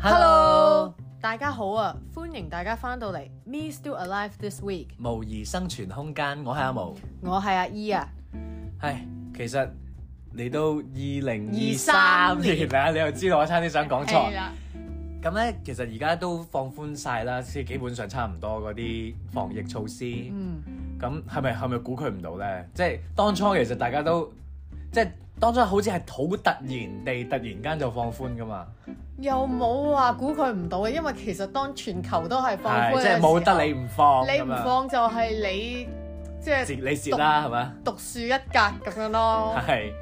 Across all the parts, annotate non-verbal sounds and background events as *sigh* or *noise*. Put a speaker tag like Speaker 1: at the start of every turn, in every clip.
Speaker 1: Hello，大家好啊，歡迎大家翻到嚟 Me Still Alive This Week，
Speaker 2: 無疑生存空間，我係阿毛。
Speaker 1: 我係阿 E 啊，
Speaker 2: 唉，其實嚟到二零二
Speaker 1: 23
Speaker 2: 三
Speaker 1: 年
Speaker 2: 年啦，你又知道我差啲想講錯
Speaker 1: 係。啦
Speaker 2: 咁咧，其實而家都放寬晒啦，即係基本上差唔多嗰啲防疫措施。
Speaker 1: 嗯，
Speaker 2: 咁係咪係咪估佢唔到咧？即係當初其實大家都即係當初好似係好突然地突然間就放寬噶嘛，
Speaker 1: 又冇話估佢唔到嘅，因為其實當全球都係放
Speaker 2: 係
Speaker 1: 寬嘅
Speaker 2: 即係
Speaker 1: 時候
Speaker 2: 冇得你，唔放，啊
Speaker 1: 你唔放就係你即
Speaker 2: 蝕
Speaker 1: 係
Speaker 2: 你蝕啦，係咪？
Speaker 1: 獨樹一格咁樣咯。
Speaker 2: 係。啊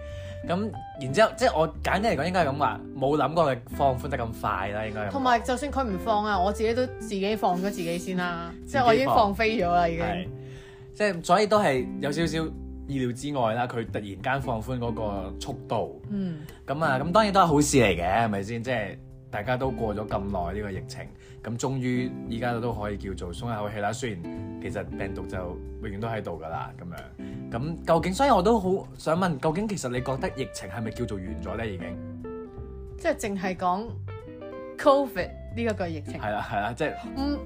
Speaker 2: 咁然之後，即係我簡單嚟講，應該係咁話，冇諗過佢放寬得咁快啦，應該咁講。
Speaker 1: 同埋就算佢唔放啊，我自己都自己放咗自己先啦，即
Speaker 2: 己
Speaker 1: 係我已經
Speaker 2: 放
Speaker 1: 放飛咗啦，已
Speaker 2: 係
Speaker 1: 經。，
Speaker 2: 即係所以都係有少少意料之外啦。佢突然間放寬嗰個速度，
Speaker 1: 嗯，
Speaker 2: 咁啊，咁當然都係好事嚟嘅，係咪先？即係大家都過咗咁耐呢個疫情，咁終於依家都可以叫做鬆一口氣啦。雖然其實病毒就永遠都喺度㗎啦，咁樣。咁究竟，所以我都好想問，究竟其實你覺得疫情係咪叫做完咗呢？已經
Speaker 1: 即係淨係講 Covid 呢一個疫情。
Speaker 2: 係啦，係啦，即係
Speaker 1: 嗯，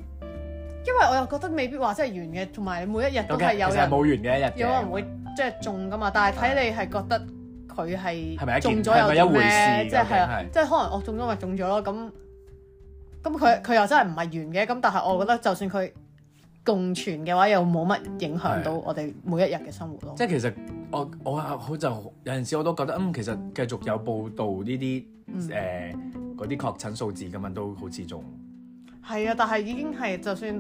Speaker 1: 因為我又覺得未必話真係完嘅，同埋你每一日都係
Speaker 2: 其
Speaker 1: 有
Speaker 2: 實係
Speaker 1: 人
Speaker 2: 冇完嘅一日嘅。
Speaker 1: 有人會即係中噶嘛，但係睇你係覺得佢係
Speaker 2: 係咪一件
Speaker 1: 中咗又
Speaker 2: 係咪
Speaker 1: 點
Speaker 2: 一回事
Speaker 1: 咧？即係係啊
Speaker 2: 究竟係
Speaker 1: 即係可能我中咗咪中咗咯，咁咁佢佢又真係唔係完嘅，咁但係我覺得就算佢共存嘅話，又冇乜影響到
Speaker 2: 係
Speaker 1: 我哋每一日嘅生活咯。
Speaker 2: 即係其實我我好就有陣時我都覺得嗯，其實繼續有報道呢啲
Speaker 1: 嗯
Speaker 2: 誒嗰啲確診數字咁樣都好似仲
Speaker 1: 係啊，但係已經係就算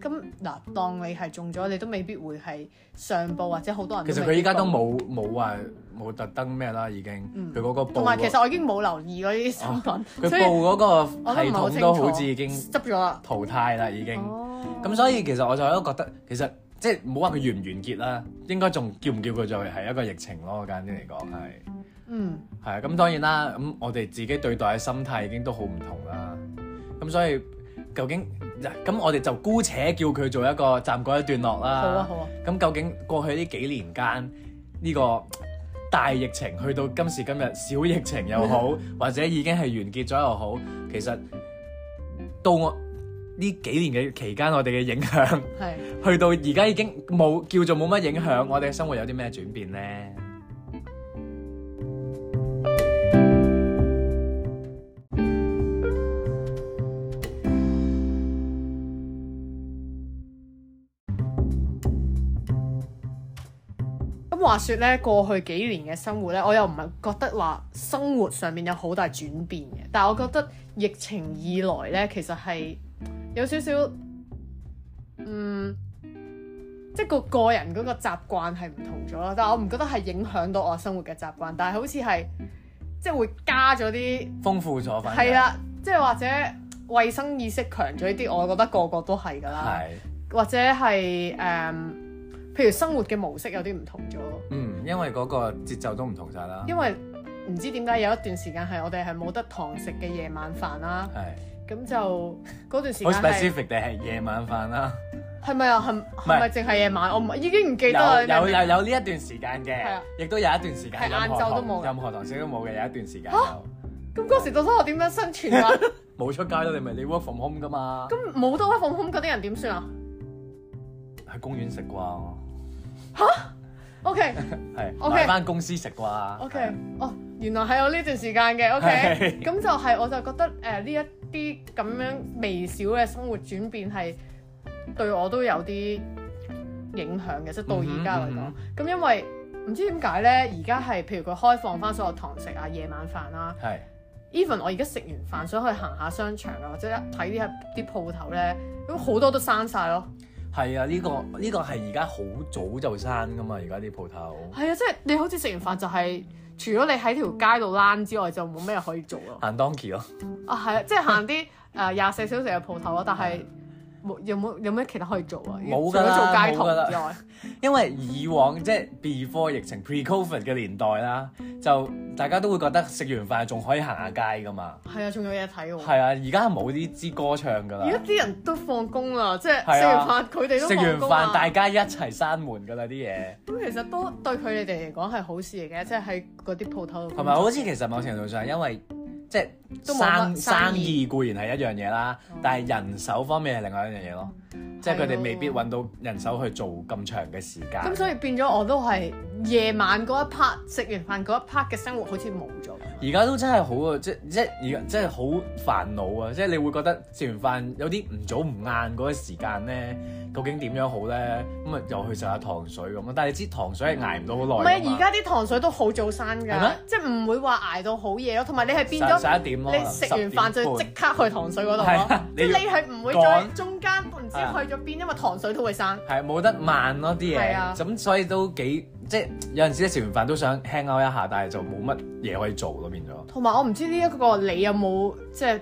Speaker 1: 咁嗱，當你係中咗，你都未必會係上報或者好多人
Speaker 2: 其實佢
Speaker 1: 未必
Speaker 2: 依家都
Speaker 1: 報
Speaker 2: 冇冇話冇特登咩啦，已經
Speaker 1: 嗯
Speaker 2: 佢嗰個報啊
Speaker 1: 同埋其實我已經冇留意嗰啲新聞，
Speaker 2: 佢
Speaker 1: 所以我
Speaker 2: 報嗰個
Speaker 1: 都唔
Speaker 2: 系
Speaker 1: 係好
Speaker 2: 統
Speaker 1: 清
Speaker 2: 都
Speaker 1: 楚。
Speaker 2: 好似已經
Speaker 1: 執咗啦。
Speaker 2: 淘汰啦，已經
Speaker 1: 哦，
Speaker 2: 咁所以其實我就喺度覺得其實即係唔好話佢完唔完結啦，應該仲叫唔叫佢做係一個疫情咯，簡單嚟講係
Speaker 1: 嗯，
Speaker 2: 係啊，咁當然啦，咁我哋自己對待嘅心態已經都好唔同啦。咁所以究竟嗱，咁我哋就姑且叫佢做一個暫告一段落啦。
Speaker 1: 好啊好啊，
Speaker 2: 咁究竟
Speaker 1: *laughs*
Speaker 2: 過去呢幾年間呢、個大疫情去到今時今日，小疫情又好，或者已經係完結咗又好，其實到我呢幾年嘅期間，我哋嘅影響 *laughs*
Speaker 1: 係
Speaker 2: 去到而家已經冇叫做冇乜影響，我哋嘅生活有啲咩轉變呢？
Speaker 1: 咁話說咧，過去幾年嘅生活咧，我又唔係覺得話生活上面有好大轉變嘅，但係我覺得疫情以來咧，其實係有少少，嗯，即係個個人嗰個習慣係唔同咗啦。但係我唔覺得係影響到我生活嘅習慣，但係好似係即係會加咗啲。
Speaker 2: 豐富咗，反而
Speaker 1: 係啦，即係或者衞生意識強咗啲，我覺得個個都係㗎啦。
Speaker 2: 係。
Speaker 1: 或者係誒、譬如生活嘅模式有啲唔同咗，
Speaker 2: 嗯，因為嗰個節奏都唔同晒啦，
Speaker 1: 因為唔知點解有一段時間係我哋係冇得堂食嘅夜晚飯啦，
Speaker 2: 係
Speaker 1: 咁就嗰段時間
Speaker 2: 好
Speaker 1: 係
Speaker 2: specific 地係夜晚飯啦，
Speaker 1: 係咪啊？係係咪淨係夜晚？我唔已經唔記得啦。
Speaker 2: 有
Speaker 1: 啊你明唔
Speaker 2: 有
Speaker 1: 明
Speaker 2: 有有呢一段時間
Speaker 1: 係啊
Speaker 2: 嘅，亦都有一段時間
Speaker 1: 係
Speaker 2: 任何
Speaker 1: 晏晝都
Speaker 2: 堂
Speaker 1: 冇嘅
Speaker 2: 任何堂食都冇嘅，有一段時間有
Speaker 1: 咁嗰時到底我點樣生存啊？
Speaker 2: 冇出街咯，你咪你 work from home 噶嘛，
Speaker 1: 咁冇得 work from home 嗰啲人點算啊
Speaker 2: 喺公園食啩，
Speaker 1: ？OK
Speaker 2: 係
Speaker 1: OK
Speaker 2: 買翻公司食啩
Speaker 1: OK，哦，原來係有呢段時間嘅 OK，
Speaker 2: 啊係
Speaker 1: 咁就係我就覺得誒呢一啲咁樣微小嘅生活轉變係對我都有啲影響嘅，即係到而家嚟
Speaker 2: 嗯哼
Speaker 1: 講，咁因為唔知點解咧，而家係譬如佢開放翻所有堂食啊、夜晚飯啦
Speaker 2: 係
Speaker 1: ，even 我而家食完飯想去行下商場啊，或者睇啲啲鋪頭咧，咁好多都閂晒咯。
Speaker 2: 係啊，呢個呢個係而家好早就閂噶嘛，而家啲鋪頭
Speaker 1: 係啊，即係你好似食完飯就係、除咗你喺條街度躝之外，就冇咩可以做咯。
Speaker 2: 行 donkey 咯，
Speaker 1: 啊，係啊，即係行啲 *laughs* 誒廿四小時嘅鋪頭啊咯，但係冇有冇有咩其他可以做啊？
Speaker 2: 冇
Speaker 1: 除
Speaker 2: 㗎啦
Speaker 1: 咗做街
Speaker 2: 冇㗎啦
Speaker 1: 童之外，
Speaker 2: 因為以往即係 before 疫情 pre covid 嘅年代啦，就大家都會覺得食完飯仲可以行下街噶嘛。
Speaker 1: 係啊，仲有嘢睇喎。
Speaker 2: 係啊，而家冇呢支歌唱㗎
Speaker 1: 而家
Speaker 2: 啦。
Speaker 1: 啲人都放工啦，即係
Speaker 2: 係
Speaker 1: 食完
Speaker 2: 啊
Speaker 1: 飯佢哋都
Speaker 2: 食完
Speaker 1: 放工啊啦
Speaker 2: 飯，大家一齊閂門㗎啦啲嘢，
Speaker 1: 咁其實都對佢哋嚟講係好事嚟嘅，即係喺嗰啲鋪頭度工作。
Speaker 2: 同埋好似其實某程度上，因為即係
Speaker 1: 嗯都冇乜
Speaker 2: 生
Speaker 1: 生
Speaker 2: 生
Speaker 1: 意哦
Speaker 2: 意固然係一樣嘢啦，但係人手方面係另外一樣嘢咯。即係佢
Speaker 1: 係
Speaker 2: 哋
Speaker 1: 喎
Speaker 2: 未必揾到人手去做咁長嘅時間。
Speaker 1: 咁所以變咗我都係夜晚嗰一 part 食完飯嗰一 part 嘅生活好似冇咗咁樣。
Speaker 2: 而家都真係好啊！即即而家真係好煩惱啊！即係你會覺得食完飯有啲唔早唔晏嗰個時間咧，究竟點樣好咧？咁啊又去食下糖水咁啊！但係你知糖水係捱唔到
Speaker 1: 唔
Speaker 2: 好耐㗎
Speaker 1: 係
Speaker 2: 嘛
Speaker 1: 而家啲糖水都好早閂
Speaker 2: 係
Speaker 1: 㗎
Speaker 2: 咩，
Speaker 1: 即係唔會話捱到好夜咯。同埋你係變
Speaker 2: 十
Speaker 1: 咗
Speaker 2: 啊十一點咯，
Speaker 1: 你食完飯就即
Speaker 2: 10
Speaker 1: 刻去糖水嗰度
Speaker 2: 係
Speaker 1: 咯
Speaker 2: 啊，
Speaker 1: 即係
Speaker 2: 你要
Speaker 1: 你係唔會再
Speaker 2: 趕
Speaker 1: 中間唔知
Speaker 2: 啊
Speaker 1: 去咗邊，因為糖水都會閂。
Speaker 2: 係冇得慢咯啲
Speaker 1: 係
Speaker 2: 嘢
Speaker 1: 啊，
Speaker 2: 咁所以都幾即係有陣時咧食完飯都想 hang out 一下，但係就冇乜嘢可以做咯，變咗。
Speaker 1: 同埋我唔知呢一個你有冇即係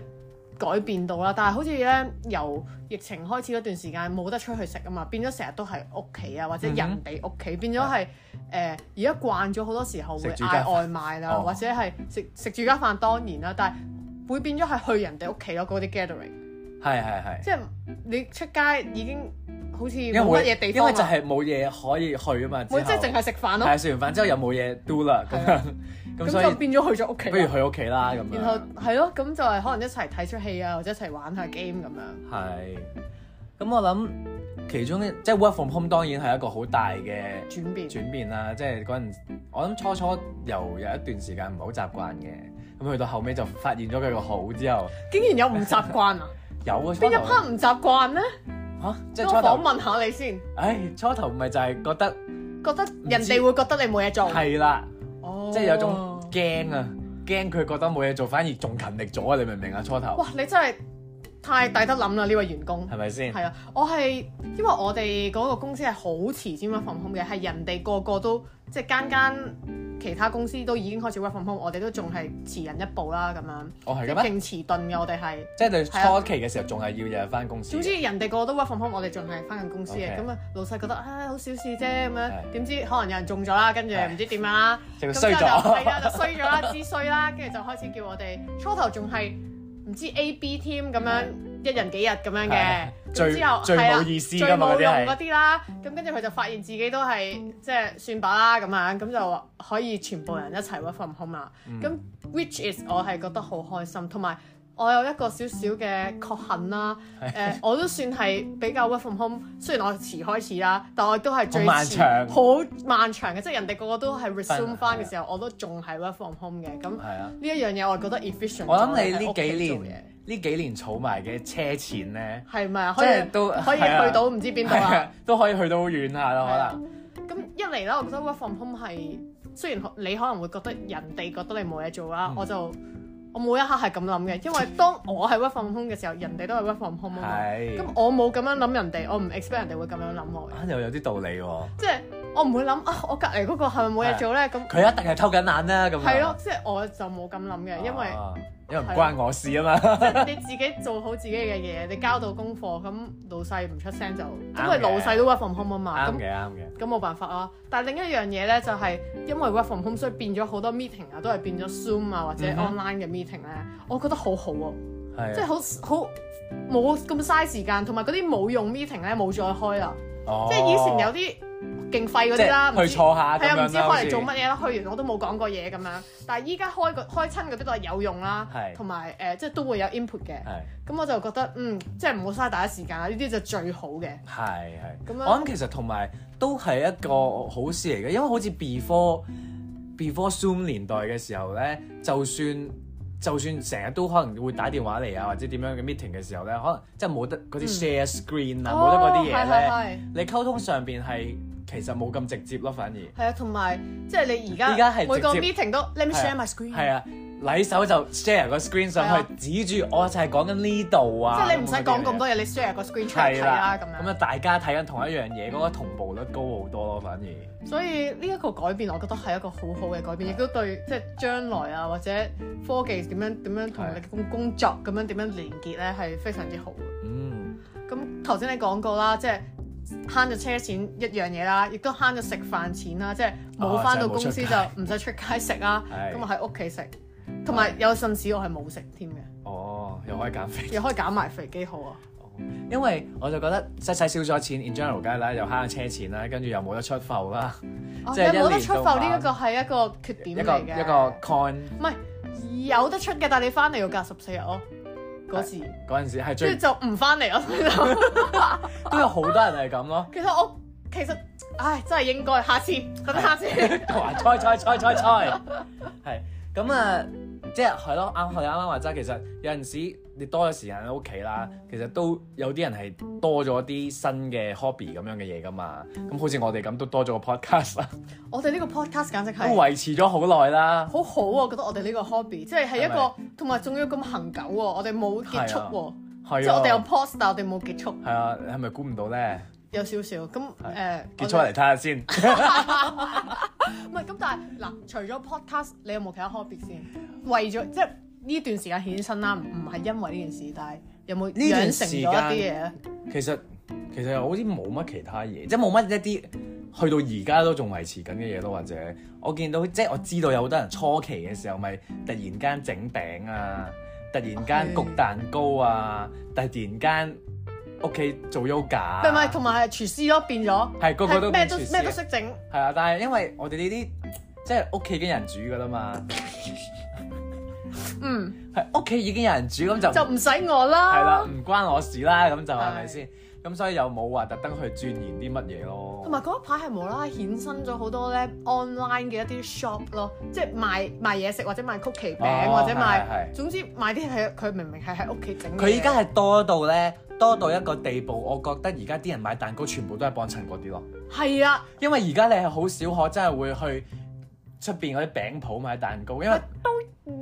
Speaker 1: 改變到啦，但係好似咧由疫情開始嗰段時間冇得出去食啊嘛，變咗成日都係屋企啊或
Speaker 2: 嗯
Speaker 1: 者人哋屋企，變咗係誒而家慣咗好多時候會
Speaker 2: 食住家
Speaker 1: 嗌
Speaker 2: 飯
Speaker 1: 外賣啦，
Speaker 2: 哦
Speaker 1: 或者係食食住家飯當然啦，但係會變咗係去人哋屋企咯嗰啲 gathering，
Speaker 2: 係係係。
Speaker 1: 即係你出街已經好似
Speaker 2: 因
Speaker 1: 冇乜
Speaker 2: 為
Speaker 1: 嘢地
Speaker 2: 因
Speaker 1: 方
Speaker 2: 為就
Speaker 1: 啦，
Speaker 2: 係冇嘢可以去啊嘛，之
Speaker 1: 冇即係
Speaker 2: 後
Speaker 1: 淨係食飯咯，
Speaker 2: 係食完飯之後又冇嘢 do 啦，咁
Speaker 1: 係啊
Speaker 2: 樣咁
Speaker 1: 咁
Speaker 2: 所
Speaker 1: 就
Speaker 2: 以
Speaker 1: 變咗去咗屋企
Speaker 2: 不如
Speaker 1: 啦。
Speaker 2: 去屋企啦咁樣。
Speaker 1: 然後係咯，咁就係可能一齊睇出戲啊，或者一齊玩下 game 咁樣。
Speaker 2: 係，咁我諗其中一即係 work from home 當然係一個好大嘅
Speaker 1: 轉變。
Speaker 2: 轉變啦。即係嗰陣，我諗初初又有一段時間唔係好習慣嘅，咁去到後尾就發現咗佢個好之後，
Speaker 1: 竟然有唔習慣啊？
Speaker 2: 有啊 *laughs* 初
Speaker 1: 邊一
Speaker 2: 頭
Speaker 1: part 唔習慣呢？
Speaker 2: 嚇，即
Speaker 1: 我
Speaker 2: 係初
Speaker 1: 訪
Speaker 2: 頭，
Speaker 1: 問下你先，
Speaker 2: 唉，初頭咪就係覺得
Speaker 1: 覺得人哋會覺得你冇嘢做，
Speaker 2: 係啦，
Speaker 1: 哦
Speaker 2: 即係有種驚啊，驚佢覺得冇嘢做，反而仲勤力咗啊！你明唔明啊？初頭
Speaker 1: 哇！你真係太抵得諗啦，呢位員工。
Speaker 2: 係咪先？
Speaker 1: 係啊，我係因為我哋嗰個公司係好遲先 work from home 嘅，係人哋個個都即係間間其他公司都已經開始 work from home，我哋都仲係遲人一步啦咁樣，
Speaker 2: 我哦係
Speaker 1: 即係
Speaker 2: 咁咩？
Speaker 1: 勁遲鈍嘅我哋係。
Speaker 2: 即係你
Speaker 1: 係啊
Speaker 2: 初期嘅時候仲係要日日翻公司
Speaker 1: 總
Speaker 2: 嘅。
Speaker 1: 之人哋個個都 work from home，我哋仲係翻緊公司嘅，
Speaker 2: OK
Speaker 1: 咁啊老細覺得啊好小事啫咁樣，
Speaker 2: 係
Speaker 1: 點知可能有人中咗啦，跟住
Speaker 2: 係
Speaker 1: 唔知點樣啦，
Speaker 2: 就
Speaker 1: 咁
Speaker 2: 衰
Speaker 1: 之後就係啊
Speaker 2: 咗。
Speaker 1: 啦，就衰咗啦，知衰啦，跟住就開始叫我哋初頭仲係唔知 A B team 咁樣
Speaker 2: 係
Speaker 1: 一人幾日咁樣嘅
Speaker 2: 係，
Speaker 1: 咁
Speaker 2: 最
Speaker 1: 之後
Speaker 2: 最
Speaker 1: 係啦
Speaker 2: 冇意思
Speaker 1: 最
Speaker 2: 㗎嘛
Speaker 1: 冇
Speaker 2: 嗰啲
Speaker 1: 用
Speaker 2: 係
Speaker 1: 嗰啲啦，咁跟住佢就發現自己都係即係算把啦咁樣，咁就可以全部人一齊 work from home 啦。
Speaker 2: 嗯
Speaker 1: 咁 which is 我係覺得好開心，同埋。我有一個少少嘅確幸啦，誒、我都算係比較 work from home，雖然我遲開始啦，但我都係最
Speaker 2: 好漫
Speaker 1: 遲
Speaker 2: 長
Speaker 1: 好漫長嘅，即係人哋個個都係 resume 翻
Speaker 2: 係啊
Speaker 1: 嘅時候，我都仲係 work from home 嘅。咁
Speaker 2: *laughs*
Speaker 1: 呢
Speaker 2: 係啊，
Speaker 1: 一樣嘢我係覺得 efficient 咗。
Speaker 2: 我諗你呢幾
Speaker 1: 喺屋企做嘢
Speaker 2: 年呢幾年儲埋嘅車錢咧，
Speaker 1: 係咪啊？
Speaker 2: 即
Speaker 1: 可以
Speaker 2: 係都
Speaker 1: 可以
Speaker 2: 係啊
Speaker 1: 去到唔知邊度
Speaker 2: 係
Speaker 1: 啦。
Speaker 2: 啊，都可以去到好遠下啦，
Speaker 1: 係啊
Speaker 2: 可能
Speaker 1: 咁一嚟啦，我覺得 work from home 係雖然你可能會覺得人哋覺得你冇嘢做啦，
Speaker 2: 嗯
Speaker 1: 我就我每一刻係咁諗嘅，因為當我係 work from home 嘅時候，人哋都係 work from home 啊嘛。
Speaker 2: 係
Speaker 1: 咁我冇咁樣諗人哋，我唔 expect 人哋會咁樣諗我嘅，
Speaker 2: 啊，又有啲道理喎。
Speaker 1: 即係我唔會諗啊，我隔離嗰個係咪冇嘢做咧？咁
Speaker 2: 佢一定係偷緊懶啦，咁樣
Speaker 1: 係咯，，即係我就冇咁諗嘅，因為
Speaker 2: 啊因為唔關我事啊嘛，
Speaker 1: 即係你自己做好自己嘅嘢，你交到功課，咁老細唔出聲就，因為
Speaker 2: 嘅
Speaker 1: 老細都 work from home 啊嘛，
Speaker 2: 啱
Speaker 1: 咁
Speaker 2: 嘅啱嘅，
Speaker 1: 咁冇辦法啦。但係另一樣嘢咧，就係因為 work from home，所以變咗好多 meeting 啊，都係變咗 Zoom 啊或者
Speaker 2: 嗯哼
Speaker 1: online 嘅 meeting 咧，我覺得好好喎，即
Speaker 2: 係
Speaker 1: 係
Speaker 2: 啊
Speaker 1: 好好冇咁嘥時間，同埋嗰啲冇用 meeting 咧冇再開啦，
Speaker 2: 哦
Speaker 1: 即係以前有啲勁廢嗰
Speaker 2: 即
Speaker 1: 啲啦，
Speaker 2: 係
Speaker 1: 唔
Speaker 2: 去
Speaker 1: 知
Speaker 2: 坐下咁
Speaker 1: 係
Speaker 2: 樣
Speaker 1: 啊，
Speaker 2: 啦，
Speaker 1: 唔知開嚟做
Speaker 2: 好
Speaker 1: 乜嘢啦，去完我都冇講過嘢咁樣。但係依家開個開親嗰啲都係有用啦，
Speaker 2: 係
Speaker 1: 同埋誒即係都會有 input 嘅。
Speaker 2: 似？係
Speaker 1: 咁我就覺得嗯，即係唔好嘥大家時間啦，呢啲就最好嘅。
Speaker 2: 係係。
Speaker 1: 咁樣
Speaker 2: 我諗其實同埋都係一個好事嚟嘅，因為好似 before before Zoom 年代嘅時候咧，就算就算成日都可能會打電話嚟啊，或者點樣嘅 meeting 嘅時候咧，可能即係冇得嗰啲 share screen 啊，冇得嗰啲嘢
Speaker 1: 嗯哦係係
Speaker 2: 咧，
Speaker 1: 係
Speaker 2: 你溝通上邊係其實冇咁直接咯，反而
Speaker 1: 係啊，同埋即係你而
Speaker 2: 而家
Speaker 1: 家
Speaker 2: 係直接
Speaker 1: 每個 meeting 都 let me
Speaker 2: 係
Speaker 1: share
Speaker 2: 啊
Speaker 1: my screen，
Speaker 2: 係啊，禮手就 share 個 screen 上去，指住哦我就係講緊呢度
Speaker 1: 啊即
Speaker 2: 啊，
Speaker 1: 係你唔使講咁
Speaker 2: 多
Speaker 1: 多嘢，你 share 個 screen 出嚟
Speaker 2: 係
Speaker 1: 睇
Speaker 2: 啦，
Speaker 1: 啦咁
Speaker 2: 咁啊
Speaker 1: 樣。
Speaker 2: 大家睇緊同一樣嘢，嗰個同步率高好多咯，反而
Speaker 1: 所以呢一個改變，我覺得係一個好好嘅改變，亦都對即係將來啊或者科技點樣點樣同你工工作咁樣點樣連結咧，係非常之好嘅。
Speaker 2: 嗯。
Speaker 1: 咁頭先你講過啦，即係慳咗車錢一樣嘢啦，亦都慳咗食飯錢啦，即係冇翻到公司
Speaker 2: 啊即係冇
Speaker 1: 就唔使出街食啦，
Speaker 2: 係
Speaker 1: 咁啊喺屋企食，同埋有陣時我係冇食添嘅，
Speaker 2: 哦，又可以減肥，
Speaker 1: 又可以減埋肥幾好啊！
Speaker 2: 因為我就覺得使使少咗錢，in general 梗係啦，又慳咗車錢啦，跟住又冇得出埠啦，
Speaker 1: 啊
Speaker 2: 即係一
Speaker 1: 有冇得
Speaker 2: 年
Speaker 1: 出
Speaker 2: 到
Speaker 1: 埠
Speaker 2: 晚
Speaker 1: 呢一個係一個缺點
Speaker 2: 一個
Speaker 1: 嚟嘅，
Speaker 2: 一個 coin
Speaker 1: 唔係有得出嘅，但係你翻嚟要隔十四日咯。嗰時，
Speaker 2: 嗰陣時係
Speaker 1: 跟
Speaker 2: 最
Speaker 1: 住就唔翻嚟咯。 *laughs*
Speaker 2: 都有好多人係咁咯， *laughs*
Speaker 1: 其實我其實唉，真係應該下次等下次。
Speaker 2: 同埋猜猜猜猜猜，係咁啊，即係係咯，啱我哋啱啱話齋，其實有陣時你多咗時間喺屋企啦，其實都有啲人係多咗啲新嘅 hobby 咁樣嘅嘢噶嘛，咁好似我哋咁都多咗個 podcast 啦，
Speaker 1: 我哋呢個 podcast 簡直
Speaker 2: 都
Speaker 1: 係
Speaker 2: 維持咗好耐啦，
Speaker 1: 好好啊！我覺得我哋呢個 hobby 即係係一
Speaker 2: 係
Speaker 1: 個，同埋仲要咁恒久喎。我哋冇結束喎，即
Speaker 2: 係
Speaker 1: 係我哋有
Speaker 2: 啊，
Speaker 1: post，但我哋冇結束，
Speaker 2: 係啊，你係咪估唔到咧？
Speaker 1: 有少少咁
Speaker 2: 係啊
Speaker 1: 誒。
Speaker 2: 結束嚟睇下先。 *laughs*
Speaker 1: *laughs* 唔係咁，但係嗱，除咗 podcast，你有冇其他 hobby 先？為咗即係呢段時間衍生啦，唔唔係因為呢件事，但係有冇
Speaker 2: 呢段
Speaker 1: 養成咗一啲嘢咧？
Speaker 2: 其實其實好似冇乜其他嘢，即係冇乜一啲去到而家都仲維持緊嘅嘢咯，或者我見到即係我知道有好多人初期嘅時候，咪突然間整餅啊，突然間
Speaker 1: 係
Speaker 2: 焗蛋糕啊，突然間屋企做 yoga，啊
Speaker 1: 唔係唔係，同埋係廚師咯，變咗
Speaker 2: 係個個都
Speaker 1: 係咩都
Speaker 2: 變廚師
Speaker 1: 咩都識整，
Speaker 2: 係啊，但係因為我哋呢啲即係屋企已經有人煮噶啦嘛，
Speaker 1: 嗯，
Speaker 2: 係屋企已經有人煮咁就
Speaker 1: 就唔使我
Speaker 2: 係啦，
Speaker 1: 啦。
Speaker 2: 唔關我事啦，咁就係咪
Speaker 1: 係
Speaker 2: 先？咁所以又冇話特登去鑽研啲乜嘢咯。
Speaker 1: 同埋嗰一排係無啦啦衍生咗好多咧 online 嘅一啲 shop 咯，即係賣賣嘢食或者賣曲奇餅、
Speaker 2: 哦
Speaker 1: 或者賣，
Speaker 2: 係係係
Speaker 1: 總之賣啲係佢明明係喺屋企整嘅嘢。
Speaker 2: 佢依家係多到咧，多到一個地步，我覺得而家啲人買蛋糕全部都係幫襯嗰啲咯。
Speaker 1: 係啊，
Speaker 2: 因為而家你係好少可真係會去出邊嗰啲餅鋪買蛋糕，
Speaker 1: 啊
Speaker 2: 因為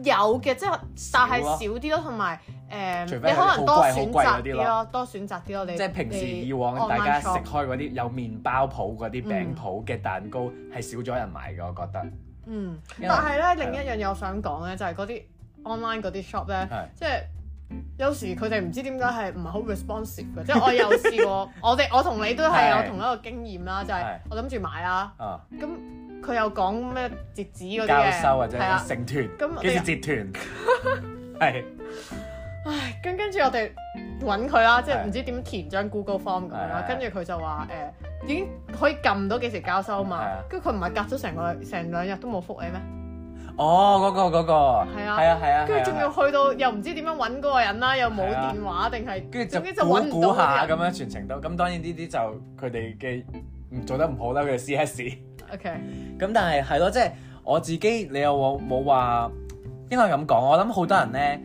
Speaker 1: 有嘅，即係但係
Speaker 2: 少咯
Speaker 1: 少啲咯，同埋誒，
Speaker 2: 除
Speaker 1: 你
Speaker 2: 非係
Speaker 1: 可能多選
Speaker 2: 好貴好貴嗰
Speaker 1: 擇
Speaker 2: 啲
Speaker 1: 啲
Speaker 2: 咯
Speaker 1: 咯，多選擇啲咯。你
Speaker 2: 即係平時
Speaker 1: 你
Speaker 2: 以往大家
Speaker 1: online
Speaker 2: 食
Speaker 1: shop
Speaker 2: 開嗰啲有麵包鋪嗰啲餅鋪嘅蛋糕係少咗人買嘅，我覺得
Speaker 1: 嗯，
Speaker 2: 因為
Speaker 1: 但係咧
Speaker 2: 係
Speaker 1: 另一樣嘢我想講咧，就係嗰啲 online 嗰啲 shop 咧，
Speaker 2: 係
Speaker 1: 即係有時佢哋唔知點解係唔係好
Speaker 2: *laughs*
Speaker 1: responsive 嘅，即係我有試過，我哋我同你都係
Speaker 2: 係
Speaker 1: 有同一個經驗啦，就係
Speaker 2: 係
Speaker 1: 我諗住買啦，
Speaker 2: 啊
Speaker 1: 咁佢又講咩截止嗰啲
Speaker 2: 交
Speaker 1: 嘅，
Speaker 2: 收或者
Speaker 1: 係啊
Speaker 2: 成團，
Speaker 1: 咁
Speaker 2: 幾時截
Speaker 1: *laughs*
Speaker 2: 團？ *laughs* 係
Speaker 1: 唉，咁跟住我哋揾佢啦，即係
Speaker 2: 係
Speaker 1: 唔知點填張 Google Form 咁樣
Speaker 2: 係
Speaker 1: 啦
Speaker 2: 係。
Speaker 1: 跟住佢就話誒、已經可以撳到幾時交收
Speaker 2: 係
Speaker 1: 嘛
Speaker 2: 啊。
Speaker 1: 跟住佢唔係隔咗成個成兩日都冇覆你咩？
Speaker 2: 哦，嗰個嗰個係
Speaker 1: 係啊
Speaker 2: 係啊係啊，
Speaker 1: 跟住仲要去到又唔知點樣揾嗰個人啦，又冇
Speaker 2: 係啊
Speaker 1: 電話定係，
Speaker 2: 跟住
Speaker 1: 總之
Speaker 2: 就
Speaker 1: 就
Speaker 2: 估
Speaker 1: 揾唔
Speaker 2: 估
Speaker 1: 到
Speaker 2: 下
Speaker 1: 嗰
Speaker 2: 咁
Speaker 1: 啲
Speaker 2: 樣
Speaker 1: 人。
Speaker 2: 全程都，咁當然呢啲就佢哋嘅唔做得唔好啦，佢哋 E C.S. 咁
Speaker 1: OK，
Speaker 2: 但係係咯，即係我自己，你有冇冇話應該係咁講？我諗好多人咧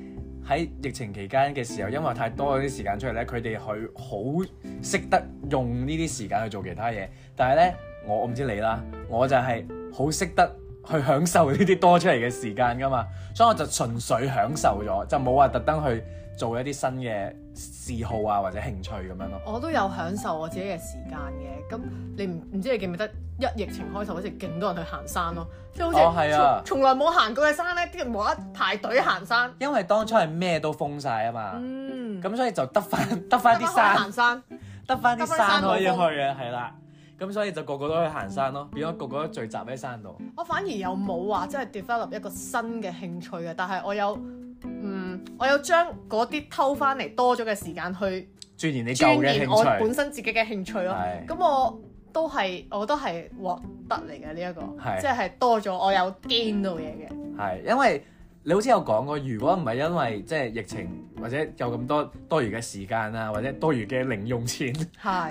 Speaker 2: 喺疫情期間嘅時候，因為太多嗰啲時間出嚟咧，佢哋去好識得用呢啲時間去做其他嘢。但係咧，我我唔知你啦，我就係好識得去享受呢啲多出嚟嘅時間噶嘛，所以我就純粹享受咗，就冇話特登去做一啲新嘅嗜好啊或者興趣咁樣咯。
Speaker 1: 我都有享受我自己嘅時間嘅。咁你唔唔知你記唔記得一疫情開頭嗰時，勁多人去行山咯，即係
Speaker 2: 哦
Speaker 1: 好
Speaker 2: 係
Speaker 1: 似
Speaker 2: 啊
Speaker 1: 從從來冇行過嘅山咧，啲人無啦啦排隊行山。
Speaker 2: 因為當初係咩都封晒啊嘛，
Speaker 1: 嗯，
Speaker 2: 咁、所以就得翻得翻啲
Speaker 1: 得返可以
Speaker 2: 山
Speaker 1: 行，山。
Speaker 2: 得翻啲山可以去
Speaker 1: 得返
Speaker 2: 啊，係啦。咁所以就個個都去行山咯，變咗個個都聚集喺山度。
Speaker 1: 我反而又冇話即係 develop 一個新嘅興趣嘅，但係我有嗯，我有將嗰啲偷翻嚟多咗嘅時間去
Speaker 2: 鑽研你舊
Speaker 1: 鑽
Speaker 2: 嘅
Speaker 1: 研我
Speaker 2: 興
Speaker 1: 本
Speaker 2: 趣，
Speaker 1: 身自己嘅興趣咯
Speaker 2: 係。
Speaker 1: 咁我都係，我都係獲得嚟嘅呢一個
Speaker 2: 係，
Speaker 1: 即係多咗我有 gain 到嘢嘅。
Speaker 2: 係因為你好似有講過，如果唔係因為即係疫情或者有咁多多餘嘅時間啊，或者多餘嘅零用錢 *laughs* 留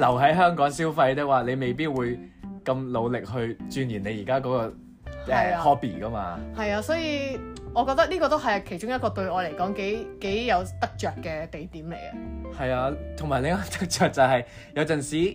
Speaker 1: 係
Speaker 2: 喺香港消費的話，你未必會咁努力去鑽研你而家嗰個誒
Speaker 1: 係啊
Speaker 2: hobby 噶嘛。
Speaker 1: 係啊，所以我覺得呢個都係其中一個對我嚟講幾幾有得着嘅地點嚟嘅。
Speaker 2: 係啊，同埋另一個得着就係有陣時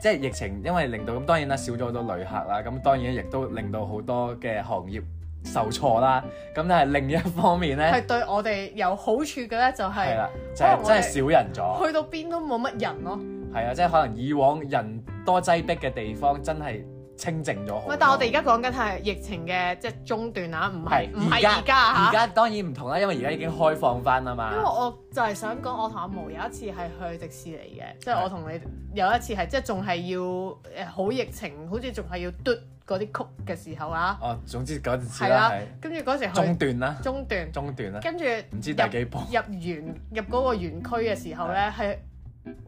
Speaker 2: 即係疫情，因為令到咁當然啦少咗好多旅客啦，咁當然亦都令到好多嘅行業受挫啦。咁但係另一方面咧，
Speaker 1: 係對我哋有好處嘅咧，就
Speaker 2: 係啊
Speaker 1: 係
Speaker 2: 啦，就係
Speaker 1: 可能我哋
Speaker 2: 真係少人咗。
Speaker 1: 去到邊都冇乜人咯。
Speaker 2: 係啊，即係可能以往人多擠迫嘅地方，真係清靜咗好
Speaker 1: 唔
Speaker 2: 多。
Speaker 1: 係，但係我哋而家講緊係疫情嘅即係中段啊，唔係
Speaker 2: 係
Speaker 1: 唔係而
Speaker 2: 而
Speaker 1: 家嚇。
Speaker 2: 家當然唔同啦，因為而家已經開放翻啦
Speaker 1: 因為
Speaker 2: 嘛。
Speaker 1: 我就係想講，我同阿毛有一次係去迪士尼嘅，即
Speaker 2: 係
Speaker 1: 係我同你有一次係即係仲係要誒好疫情，好似仲係要嘟嗰啲曲嘅時候啊，
Speaker 2: 哦，總之嗰陣時
Speaker 1: 係
Speaker 2: 啦，
Speaker 1: 啦
Speaker 2: 係，
Speaker 1: 跟住嗰時
Speaker 2: 中
Speaker 1: 去
Speaker 2: 段啦，
Speaker 1: 中段，
Speaker 2: 中段啦，
Speaker 1: 跟住
Speaker 2: 唔知
Speaker 1: 入
Speaker 2: 第幾步。
Speaker 1: 入園入嗰個園區嘅時候咧，係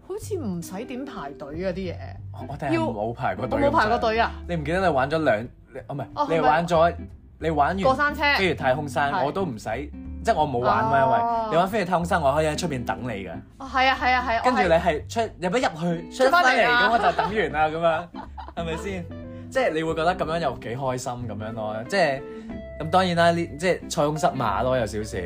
Speaker 1: 好似唔使點排隊嗰啲嘢，
Speaker 2: 我我哋係
Speaker 1: 要
Speaker 2: 冇排過
Speaker 1: 我
Speaker 2: 隊咁滯。
Speaker 1: 冇排過隊啊，
Speaker 2: 你唔記得你玩咗兩，你哦唔
Speaker 1: 哦
Speaker 2: 係，
Speaker 1: 係
Speaker 2: 你
Speaker 1: 咪
Speaker 2: 玩咗你玩
Speaker 1: 過
Speaker 2: 完
Speaker 1: 山車，
Speaker 2: 飛越太空山，
Speaker 1: 係
Speaker 2: 我都唔使，即係我冇玩嘛，因
Speaker 1: 哦
Speaker 2: 為你玩飛越太空山，我可以喺出邊等你嘅。
Speaker 1: 哦係啊係啊係啊，
Speaker 2: 跟住
Speaker 1: 我係
Speaker 2: 你係出入一入去
Speaker 1: 出
Speaker 2: 出
Speaker 1: 返
Speaker 2: 翻
Speaker 1: 嚟啊
Speaker 2: 嚟，
Speaker 1: 啦
Speaker 2: 咁我就等完啦，咁啊樣係咪
Speaker 1: *laughs*
Speaker 2: 先？即係你會覺得咁樣又幾開心咁樣咯，即係咁當然啦，呢即係塞翁失馬咯，有少少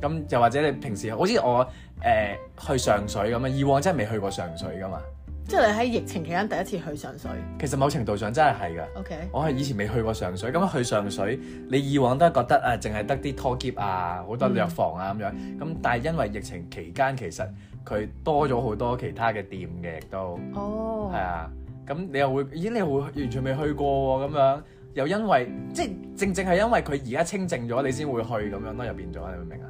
Speaker 2: 咁又或者你平時好似我誒、呃去上水咁啊，以往真係未去過上水噶嘛，
Speaker 1: 即係你喺疫情期間第一次去上水
Speaker 2: 其實某程度上真係係㗎。
Speaker 1: ，OK，
Speaker 2: 我係以前未去過上水，咁去上水，你以往都係覺得啊，淨係得啲拖劫啊，好多藥房啊咁樣。咁但係因為疫情期間，其實佢多咗好多其他嘅店嘅，亦都
Speaker 1: 哦
Speaker 2: 係，啊。咁你又會，咦？你又會完全未去過喎咁樣，又因為即係正正係因為佢而家清靜咗，你先會去咁樣咯，又變咗，你明唔明啊？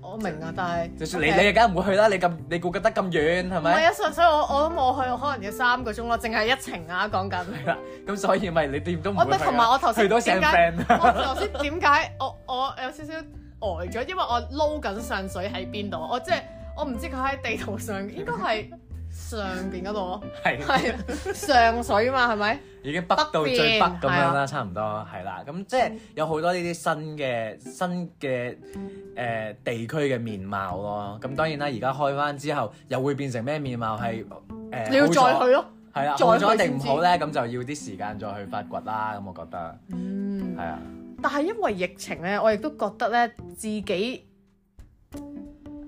Speaker 1: 我明啊，但係
Speaker 2: 就算你
Speaker 1: OK
Speaker 2: 你梗係唔會去啦，你咁你顧得得咁遠係
Speaker 1: 唔係
Speaker 2: 咪？
Speaker 1: 啊，上水我我都冇去，我可能要三個鐘咯，淨係一程啊講緊。
Speaker 2: 係啦， *laughs* 咁所以咪你點都唔
Speaker 1: 我
Speaker 2: 會
Speaker 1: 咪
Speaker 2: 去
Speaker 1: 同埋
Speaker 2: 啊
Speaker 1: 我頭先
Speaker 2: 去到成
Speaker 1: 點解
Speaker 2: friend
Speaker 1: 我頭先點解我我有少少呆咗，因為我撈緊上水喺邊度，我即係我唔知佢喺地圖上應
Speaker 2: *laughs*
Speaker 1: 該係上邊嗰度咯，
Speaker 2: 係。
Speaker 1: 係啊上水嘛係咪？
Speaker 2: 已經北到最北咁
Speaker 1: 北
Speaker 2: 樣
Speaker 1: 邊係啊嗯
Speaker 2: 啦，差唔多係啦。咁即係有好多呢啲新嘅新嘅誒、呃地區嘅面貌咯。咁當然啦，而家開翻之後又會變成咩面貌係誒？呃
Speaker 1: 你要
Speaker 2: 好
Speaker 1: 再
Speaker 2: 咗
Speaker 1: 去咯。
Speaker 2: 係啦，
Speaker 1: 再
Speaker 2: 好
Speaker 1: 去
Speaker 2: 咗定
Speaker 1: 先
Speaker 2: 唔
Speaker 1: 知
Speaker 2: 好咧？咁就要啲時間再去發掘啦。咁我覺得
Speaker 1: 嗯，
Speaker 2: 係啊，
Speaker 1: 但係因為疫情咧，我亦都覺得咧自己